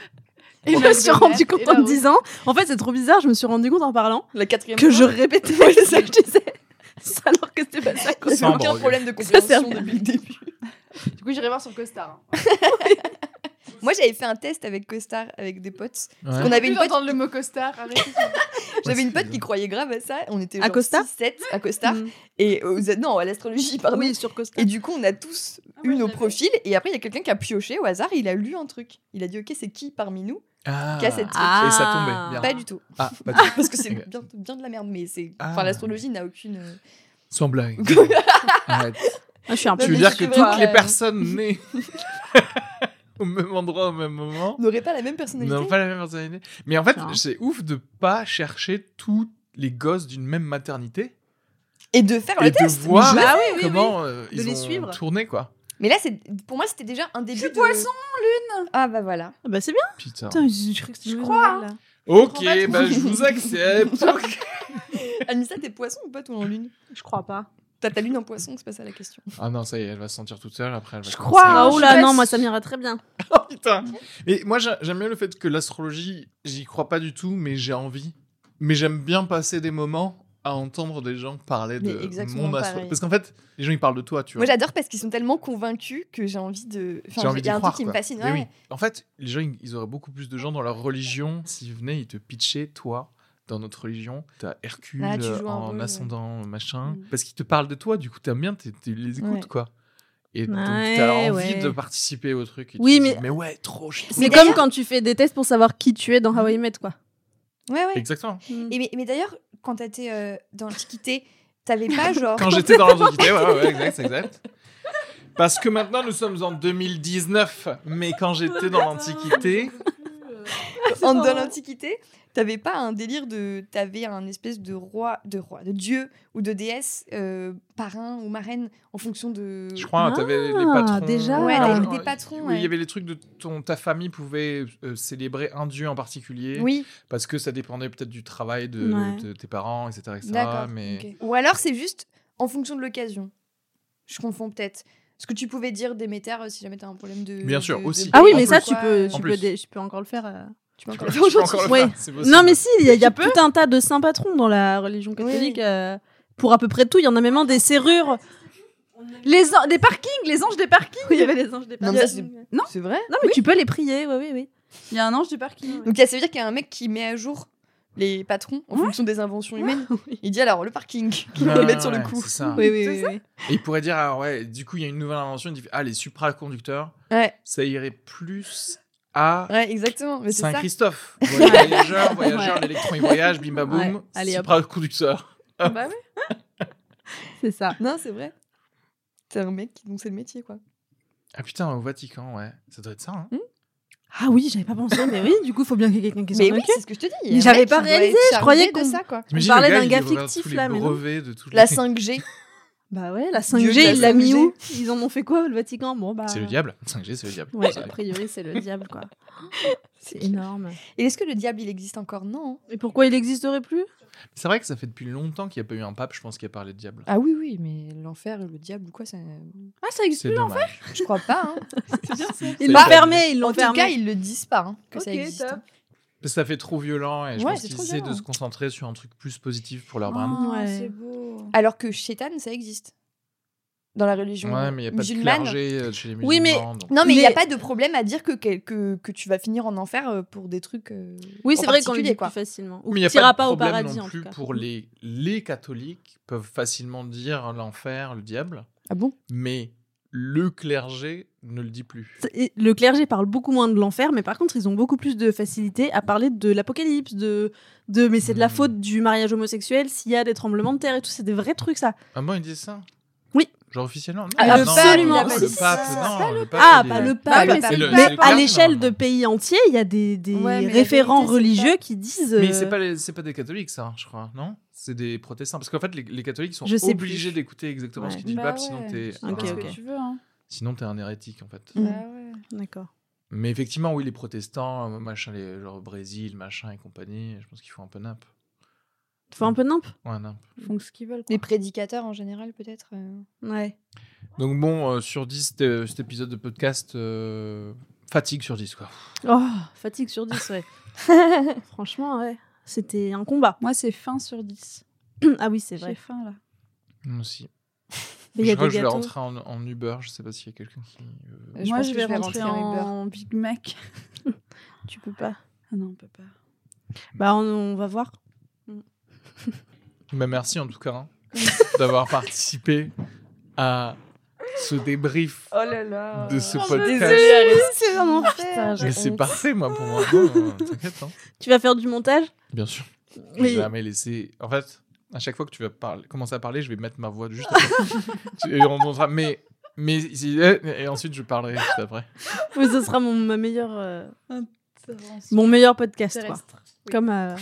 [SPEAKER 5] Et
[SPEAKER 4] je
[SPEAKER 5] la
[SPEAKER 4] me suis
[SPEAKER 5] lunette,
[SPEAKER 4] rendu compte
[SPEAKER 5] et la
[SPEAKER 4] en me
[SPEAKER 5] route.
[SPEAKER 4] disant. En fait, c'est trop bizarre. Je me suis rendu compte en parlant
[SPEAKER 6] La quatrième
[SPEAKER 4] que
[SPEAKER 6] fois,
[SPEAKER 4] je répétais ce que je disais. Alors que c'était pas ça.
[SPEAKER 6] il y avait
[SPEAKER 3] Sans
[SPEAKER 6] aucun
[SPEAKER 3] drogue.
[SPEAKER 6] problème de
[SPEAKER 4] Ça sert
[SPEAKER 6] compréhension depuis le début.
[SPEAKER 5] Du coup, j'irai voir sur Costar. hein.
[SPEAKER 6] Moi, j'avais fait un test avec Costar, avec des potes.
[SPEAKER 3] Ouais.
[SPEAKER 6] On avait une pote,
[SPEAKER 5] entendre le mot Costar. arrêtez.
[SPEAKER 6] j'avais une pote
[SPEAKER 3] c'est-
[SPEAKER 6] qui croyait grave à ça. On était
[SPEAKER 4] À Costar Mm.
[SPEAKER 6] 7 à Costar. Et euh, aux- non, à l'astrologie, pardon.
[SPEAKER 4] Oui, Ah, sur costard.
[SPEAKER 6] Et du coup, on a tous eu nos profils. Et après, il y a quelqu'un qui a pioché au hasard. Et il a lu un truc. Il a dit Ok, c'est qui parmi nous
[SPEAKER 3] Ah.
[SPEAKER 6] Cassette.
[SPEAKER 3] Et ça tombait. Bien.
[SPEAKER 6] Pas du tout.
[SPEAKER 3] Ah, pas du tout.
[SPEAKER 6] Parce que c'est
[SPEAKER 3] Ok.
[SPEAKER 6] bien, bien de la merde. Mais c'est.
[SPEAKER 3] Ah.
[SPEAKER 6] Enfin, l'astrologie n'a aucune. euh,
[SPEAKER 3] Sans blague. Arrête.
[SPEAKER 4] Ah, je suis un peu.
[SPEAKER 3] Tu veux
[SPEAKER 6] mais
[SPEAKER 3] dire
[SPEAKER 6] je
[SPEAKER 3] que
[SPEAKER 6] suis vraiment-
[SPEAKER 3] toutes les personnes nées au même endroit, au même moment,
[SPEAKER 6] N'aurait pas la même personnalité.
[SPEAKER 3] n'ont pas la même personnalité. Mais en fait,
[SPEAKER 4] Genre.
[SPEAKER 3] c'est ouf de pas chercher tous les gosses d'une même maternité
[SPEAKER 6] Et de faire
[SPEAKER 3] et
[SPEAKER 6] le
[SPEAKER 3] de
[SPEAKER 6] test.
[SPEAKER 3] voir
[SPEAKER 4] Bah oui, oui,
[SPEAKER 3] comment euh, ils
[SPEAKER 4] les
[SPEAKER 3] ont
[SPEAKER 4] suivre.
[SPEAKER 3] tourné quoi.
[SPEAKER 6] Mais là, c'est pour moi, c'était déjà un début. de... poisson, lune Ah bah voilà.
[SPEAKER 4] Ah Bah c'est bien.
[SPEAKER 3] Putain.
[SPEAKER 4] Putain, je, je crois que c'est
[SPEAKER 5] Je
[SPEAKER 4] une
[SPEAKER 5] crois,
[SPEAKER 4] nouvelle, là.
[SPEAKER 3] Ok,
[SPEAKER 5] comprends pas trop.
[SPEAKER 3] bah je vous accepte. Ok.
[SPEAKER 6] Anissa, t'es poisson ou pas, toi, en lune
[SPEAKER 4] Je crois pas.
[SPEAKER 6] T'as ta lune en poisson, c'est pas ça la question.
[SPEAKER 3] ah non, ça y est, elle va se sentir toute seule après. Elle va
[SPEAKER 4] Je
[SPEAKER 3] commencer
[SPEAKER 4] crois.
[SPEAKER 3] à-
[SPEAKER 4] Ah
[SPEAKER 5] je suis
[SPEAKER 4] oula,
[SPEAKER 5] pas
[SPEAKER 4] non, moi
[SPEAKER 5] sûre.
[SPEAKER 4] ça m'ira très bien.
[SPEAKER 3] Oh putain. Mais moi j'a- j'aime bien le fait que l'astrologie, j'y crois pas du tout, mais j'ai envie. Mais j'aime bien passer des moments à entendre des gens parler
[SPEAKER 11] Mais
[SPEAKER 3] de
[SPEAKER 11] exactement
[SPEAKER 3] mon astro.
[SPEAKER 11] pareil.
[SPEAKER 3] Parce qu'en fait, les gens, ils parlent de toi, tu vois.
[SPEAKER 6] Moi, j'adore parce qu'ils sont tellement convaincus que j'ai envie de. Enfin,
[SPEAKER 3] J'ai envie
[SPEAKER 6] il y
[SPEAKER 3] d'y
[SPEAKER 6] a un
[SPEAKER 3] croire,
[SPEAKER 6] truc qui me
[SPEAKER 3] quoi.
[SPEAKER 6] fascine.
[SPEAKER 3] Mais
[SPEAKER 6] ouais.
[SPEAKER 3] oui. En fait, les gens, ils auraient beaucoup plus de gens dans leur religion s'ils venaient, ils te pitchaient, toi, dans notre religion. T'as Hercule
[SPEAKER 11] Ah, tu joues un
[SPEAKER 3] en
[SPEAKER 11] rôle, ouais.
[SPEAKER 3] ascendant, machin.
[SPEAKER 11] Mm.
[SPEAKER 3] Parce qu'ils te parlent de toi, du coup, t'aimes bien, t'es- tu les écoutes,
[SPEAKER 6] Ouais.
[SPEAKER 3] quoi. Et donc,
[SPEAKER 4] Ouais,
[SPEAKER 3] t'as envie
[SPEAKER 4] ouais.
[SPEAKER 3] de participer au truc. et tu
[SPEAKER 4] Oui,
[SPEAKER 3] te dis,
[SPEAKER 4] mais-
[SPEAKER 3] Mais ouais, trop, je suis trop
[SPEAKER 4] C'est
[SPEAKER 6] Mais
[SPEAKER 4] comme
[SPEAKER 6] d'ailleurs-
[SPEAKER 4] quand tu fais des tests pour savoir qui tu es dans How I Met, quoi.
[SPEAKER 6] Ouais, ouais.
[SPEAKER 3] Exactement.
[SPEAKER 6] Et mais, mais d'ailleurs, quand t'étais euh, dans l'Antiquité, t'avais pas genre.
[SPEAKER 3] Quand j'étais dans l'Antiquité, ouais, ouais, ouais, exact, exact. Parce que maintenant, nous sommes en 2019. Mais quand j'étais dans l'Antiquité,
[SPEAKER 6] en- dans l'Antiquité, t'avais pas un délire de. T'avais un espèce de roi, de roi, de dieu ou de déesse, euh, parrain ou marraine, en fonction de.
[SPEAKER 3] je crois,
[SPEAKER 4] Ah,
[SPEAKER 3] t'avais les patrons.
[SPEAKER 4] déjà.
[SPEAKER 6] Ouais,
[SPEAKER 4] Ah.
[SPEAKER 6] des, des patrons.
[SPEAKER 3] Oui, il y
[SPEAKER 6] ouais.
[SPEAKER 3] avait les trucs de ton, ta famille pouvait euh, célébrer un dieu en particulier
[SPEAKER 6] Oui,
[SPEAKER 3] parce que ça dépendait peut-être du travail de,
[SPEAKER 4] Ouais.
[SPEAKER 3] de tes parents, etc. etc.,
[SPEAKER 6] D'accord,
[SPEAKER 3] mais
[SPEAKER 11] ok.
[SPEAKER 6] ou alors c'est juste en fonction de l'occasion. Je confonds peut-être. Ce que tu pouvais dire Déméter euh, si jamais t'as un problème de.
[SPEAKER 3] Bien sûr,
[SPEAKER 6] de-
[SPEAKER 3] aussi.
[SPEAKER 6] de-
[SPEAKER 4] Ah oui,
[SPEAKER 3] En
[SPEAKER 4] mais ça,
[SPEAKER 3] plus.
[SPEAKER 4] tu peux,
[SPEAKER 3] En
[SPEAKER 4] tu,
[SPEAKER 3] plus.
[SPEAKER 4] peux dé- tu peux encore le faire. euh.
[SPEAKER 6] Tu m'as
[SPEAKER 3] tu peux-
[SPEAKER 6] encore-
[SPEAKER 3] tu peux encore le
[SPEAKER 4] Ouais.
[SPEAKER 3] faire, c'est possible.
[SPEAKER 4] Non, mais si, il y a, il y a
[SPEAKER 6] Tu peux
[SPEAKER 4] tout un tas de saints patrons dans la religion catholique. euh, pour à peu près tout, il y en a même un des serrures. Les, an- des parkings, les anges des parkings. Il y avait les anges des
[SPEAKER 6] Non,
[SPEAKER 4] parkings.
[SPEAKER 6] mais ça, c'est-
[SPEAKER 4] Non,
[SPEAKER 6] C'est vrai
[SPEAKER 4] mais tu peux les prier, oui, oui, oui.
[SPEAKER 5] Il y a un ange du parking.
[SPEAKER 6] Donc ça veut dire qu'il y a un mec qui met à jour les patrons en
[SPEAKER 4] Ouais.
[SPEAKER 6] fonction des inventions humaines. Il dit alors le parking qu'il
[SPEAKER 3] Ouais,
[SPEAKER 6] va mettre sur
[SPEAKER 3] ouais,
[SPEAKER 6] le coup.
[SPEAKER 3] c'est ça.
[SPEAKER 4] Oui, oui,
[SPEAKER 6] C'est
[SPEAKER 4] oui, oui.
[SPEAKER 3] Et il pourrait dire, ah ouais, du coup, il y a une nouvelle invention. il dit, ah, les supraconducteurs,
[SPEAKER 6] Ouais,
[SPEAKER 3] ça irait plus à
[SPEAKER 6] ouais, exactement. Mais c'est ça.
[SPEAKER 3] Saint-Christophe. Voyageur, voyageur,
[SPEAKER 4] Ouais.
[SPEAKER 3] l'électron, il voyage, bim, bam, boum,
[SPEAKER 4] Ouais, allez, hop.
[SPEAKER 3] supraconducteur.
[SPEAKER 6] Bah ouais.
[SPEAKER 4] C'est ça.
[SPEAKER 6] Non, c'est vrai. C'est un mec qui- donc c'est le métier quoi.
[SPEAKER 3] Ah putain, au Vatican, ouais. Ça doit être ça, hein.
[SPEAKER 4] Ah oui, j'avais pas pensé, mais oui, du coup, il faut bien qu'il y ait quelqu'un qui s'en
[SPEAKER 6] Mais oui,
[SPEAKER 4] occupe.
[SPEAKER 6] c'est ce que je te dis. il y a
[SPEAKER 4] Mais
[SPEAKER 6] un
[SPEAKER 4] j'avais
[SPEAKER 6] mec
[SPEAKER 4] pas
[SPEAKER 6] qui doit
[SPEAKER 4] réalisé,
[SPEAKER 6] être
[SPEAKER 4] je croyais
[SPEAKER 6] chargé de
[SPEAKER 4] qu'on-
[SPEAKER 6] ça quoi.
[SPEAKER 3] T'imagines le
[SPEAKER 4] parlait
[SPEAKER 3] gars,
[SPEAKER 4] d'un
[SPEAKER 3] il
[SPEAKER 4] gars
[SPEAKER 3] regarde tous
[SPEAKER 4] fictif,
[SPEAKER 3] les
[SPEAKER 4] là, mais non.
[SPEAKER 3] brevets de toutes
[SPEAKER 6] La
[SPEAKER 3] les-
[SPEAKER 6] 5G.
[SPEAKER 4] Bah ouais, la
[SPEAKER 6] Dieu de
[SPEAKER 4] 5G,
[SPEAKER 6] la
[SPEAKER 4] il l'a mis
[SPEAKER 6] 5G.
[SPEAKER 4] où Ils en ont fait quoi, le Vatican Bon, bah.
[SPEAKER 3] C'est le diable. 5G, c'est le diable.
[SPEAKER 4] Ouais,
[SPEAKER 3] C'est-
[SPEAKER 4] a priori, c'est le diable, quoi. C'est énorme.
[SPEAKER 6] Et est-ce que le diable il existe encore Non.
[SPEAKER 4] Et pourquoi il n'existerait plus
[SPEAKER 3] C'est vrai que ça fait depuis longtemps qu'il n'y a pas eu un pape, je pense, qui a parlé de diable.
[SPEAKER 6] Ah oui oui, mais l'enfer, le diable ou quoi ça
[SPEAKER 4] Ah, ça existe
[SPEAKER 3] C'est dommage.
[SPEAKER 6] je crois pas hein.
[SPEAKER 4] Ils
[SPEAKER 3] Bah,
[SPEAKER 4] l'ont fermé, ils l'ont
[SPEAKER 6] En tout
[SPEAKER 4] fermé.
[SPEAKER 6] cas, ils le disent pas hein, que ça
[SPEAKER 12] Ok,
[SPEAKER 6] existe.
[SPEAKER 12] top.
[SPEAKER 3] Ça fait trop violent et je
[SPEAKER 6] Ouais,
[SPEAKER 3] pense
[SPEAKER 6] c'est
[SPEAKER 3] qu'ils
[SPEAKER 6] trop
[SPEAKER 3] essaient de
[SPEAKER 6] violent.
[SPEAKER 3] se concentrer sur un truc plus positif pour
[SPEAKER 4] Ah,
[SPEAKER 3] leur brand.
[SPEAKER 4] Ouais.
[SPEAKER 11] C'est beau.
[SPEAKER 6] Alors que Shétan ça existe. Dans la religion
[SPEAKER 3] Ouais, mais il n'y a pas de
[SPEAKER 6] musulmane.
[SPEAKER 3] clergé euh, chez les musulmans.
[SPEAKER 4] Oui, mais-
[SPEAKER 3] donc-
[SPEAKER 6] Non, mais il
[SPEAKER 4] Il
[SPEAKER 6] n'y a
[SPEAKER 4] est-
[SPEAKER 6] pas de problème à dire que, quel- que, que tu vas finir en enfer euh, pour des trucs. euh,
[SPEAKER 4] Oui,
[SPEAKER 6] en
[SPEAKER 4] c'est vrai qu'on le
[SPEAKER 6] particulier,
[SPEAKER 4] dit
[SPEAKER 6] quoi.
[SPEAKER 4] plus facilement. Ou
[SPEAKER 3] Mais il n'y a
[SPEAKER 4] tu n'iras
[SPEAKER 3] pas de
[SPEAKER 4] pas au
[SPEAKER 3] problème
[SPEAKER 4] paradis,
[SPEAKER 3] non
[SPEAKER 4] en
[SPEAKER 3] plus
[SPEAKER 4] tout cas.
[SPEAKER 3] pour les... les catholiques peuvent facilement dire l'enfer, le diable,
[SPEAKER 6] Ah bon
[SPEAKER 3] mais le clergé ne le dit plus.
[SPEAKER 4] Et Le clergé parle beaucoup moins de l'enfer, mais par contre, ils ont beaucoup plus de facilité à parler de l'apocalypse, de, de mais c'est de la
[SPEAKER 3] Hmm.
[SPEAKER 4] faute du mariage homosexuel, s'il y a des tremblements de terre et tout, c'est des vrais trucs, ça.
[SPEAKER 3] Ah bon, ils disent ça
[SPEAKER 4] Oui.
[SPEAKER 3] Genre officiellement non,
[SPEAKER 4] Ah,
[SPEAKER 3] non,
[SPEAKER 4] absolument,
[SPEAKER 3] non,
[SPEAKER 4] si,
[SPEAKER 3] le
[SPEAKER 4] si,
[SPEAKER 3] pape,
[SPEAKER 4] si.
[SPEAKER 3] non, le pape.
[SPEAKER 4] Ah,
[SPEAKER 3] il est-
[SPEAKER 4] pas le
[SPEAKER 6] Pas
[SPEAKER 4] pape,
[SPEAKER 6] le
[SPEAKER 4] mais, ça-
[SPEAKER 6] pape.
[SPEAKER 3] Et le-
[SPEAKER 4] mais
[SPEAKER 3] c'est le
[SPEAKER 4] à
[SPEAKER 3] clergé,
[SPEAKER 4] l'échelle de
[SPEAKER 3] normalement.
[SPEAKER 4] pays entiers, il y a des, des
[SPEAKER 11] Ouais, mais la
[SPEAKER 4] référents
[SPEAKER 11] vérité, c'est
[SPEAKER 4] religieux qui disent.
[SPEAKER 3] Mais c'est
[SPEAKER 4] euh,
[SPEAKER 3] pas les- c'est pas des catholiques ça, je crois, non C'est des protestants parce qu'en fait les, les catholiques sont
[SPEAKER 4] Je sais
[SPEAKER 3] obligés
[SPEAKER 4] plus.
[SPEAKER 3] d'écouter exactement ce
[SPEAKER 4] Ouais.
[SPEAKER 3] que dit
[SPEAKER 11] Bah
[SPEAKER 3] le pape
[SPEAKER 11] ouais.
[SPEAKER 3] sinon t'es
[SPEAKER 4] Ok,
[SPEAKER 3] un-
[SPEAKER 4] ok.
[SPEAKER 5] Tu veux, hein.
[SPEAKER 3] sinon t'es un hérétique en fait.
[SPEAKER 6] Mm.
[SPEAKER 4] D'accord.
[SPEAKER 3] Mais effectivement oui les protestants euh, machin les genre Brésil machin et compagnie, je pense qu'ils font un peu nappe.
[SPEAKER 4] Faut un peu nimp.
[SPEAKER 3] Ouais, nappe.
[SPEAKER 11] Ils font ce qu'ils veulent.
[SPEAKER 6] Les prédicateurs en général, peut-être euh.
[SPEAKER 4] Ouais.
[SPEAKER 3] Donc bon euh, sur 10 euh, cet épisode de podcast euh, fatigue sur 10 quoi.
[SPEAKER 4] Oh, fatigue sur 10, ouais. Franchement, ouais. C'était un combat.
[SPEAKER 5] Moi, c'est fin sur 10.
[SPEAKER 4] ah oui, c'est
[SPEAKER 5] J'ai
[SPEAKER 4] vrai.
[SPEAKER 5] faim, là.
[SPEAKER 3] Moi aussi.
[SPEAKER 4] Mais il y
[SPEAKER 3] je
[SPEAKER 4] a
[SPEAKER 3] crois
[SPEAKER 4] des
[SPEAKER 3] que je vais
[SPEAKER 4] gâteaux.
[SPEAKER 3] rentrer en, en Uber, je sais pas s'il y a quelqu'un qui veut-
[SPEAKER 6] Euh, je
[SPEAKER 5] Moi,
[SPEAKER 6] pense
[SPEAKER 5] je
[SPEAKER 6] que
[SPEAKER 5] vais, rentrer,
[SPEAKER 6] en Uber.
[SPEAKER 5] en Big Mac.
[SPEAKER 4] Tu peux pas.
[SPEAKER 5] Ah non, on peut pas.
[SPEAKER 4] Bah, on, on va voir.
[SPEAKER 3] Bah, merci en tout cas hein, d'avoir participé à ce débrief
[SPEAKER 6] Oh là là
[SPEAKER 3] de ce podcast.
[SPEAKER 6] Désolée, Aris.
[SPEAKER 4] C'est vraiment
[SPEAKER 6] Putain, j'ai
[SPEAKER 3] Mais c'est
[SPEAKER 6] honte.
[SPEAKER 3] parfait, moi, pour moi. Non, non, non, T'inquiète, hein.
[SPEAKER 4] Tu vas faire du montage
[SPEAKER 3] Bien sûr. Je vais
[SPEAKER 4] Mais-
[SPEAKER 3] jamais laisser. En fait, à chaque fois que tu vas parler, commencer à parler, je vais mettre ma voix juste. après. Et on montera- Mais, mais si- euh, et ensuite je parlerai juste après.
[SPEAKER 4] Oui, ce sera mon, ma meilleure, euh,
[SPEAKER 12] Bon.
[SPEAKER 4] mon meilleur podcast, quoi.
[SPEAKER 12] Terrestre. Oui.
[SPEAKER 4] Comme, euh,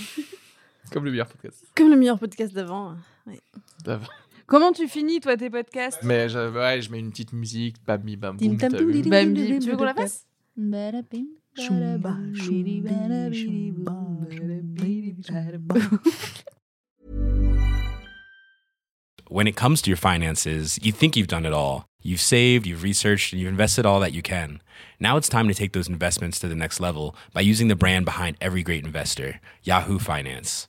[SPEAKER 3] Comme le meilleur podcast.
[SPEAKER 4] comme le meilleur podcast d'avant. hein.
[SPEAKER 3] D'avant.
[SPEAKER 5] Comment tu finis, toi, tes podcasts
[SPEAKER 3] Mais je, ouais, je mets une petite musique, bam, mi, bam, boum. t'as vu.
[SPEAKER 5] Bambi, tu veux qu'on la fasse
[SPEAKER 1] When it comes to your finances, you think you've done it all. You've saved, you've researched, and you've invested all that you can. Now it's time to take those investments to the next level by using the brand behind every great investor, Yahoo Finance.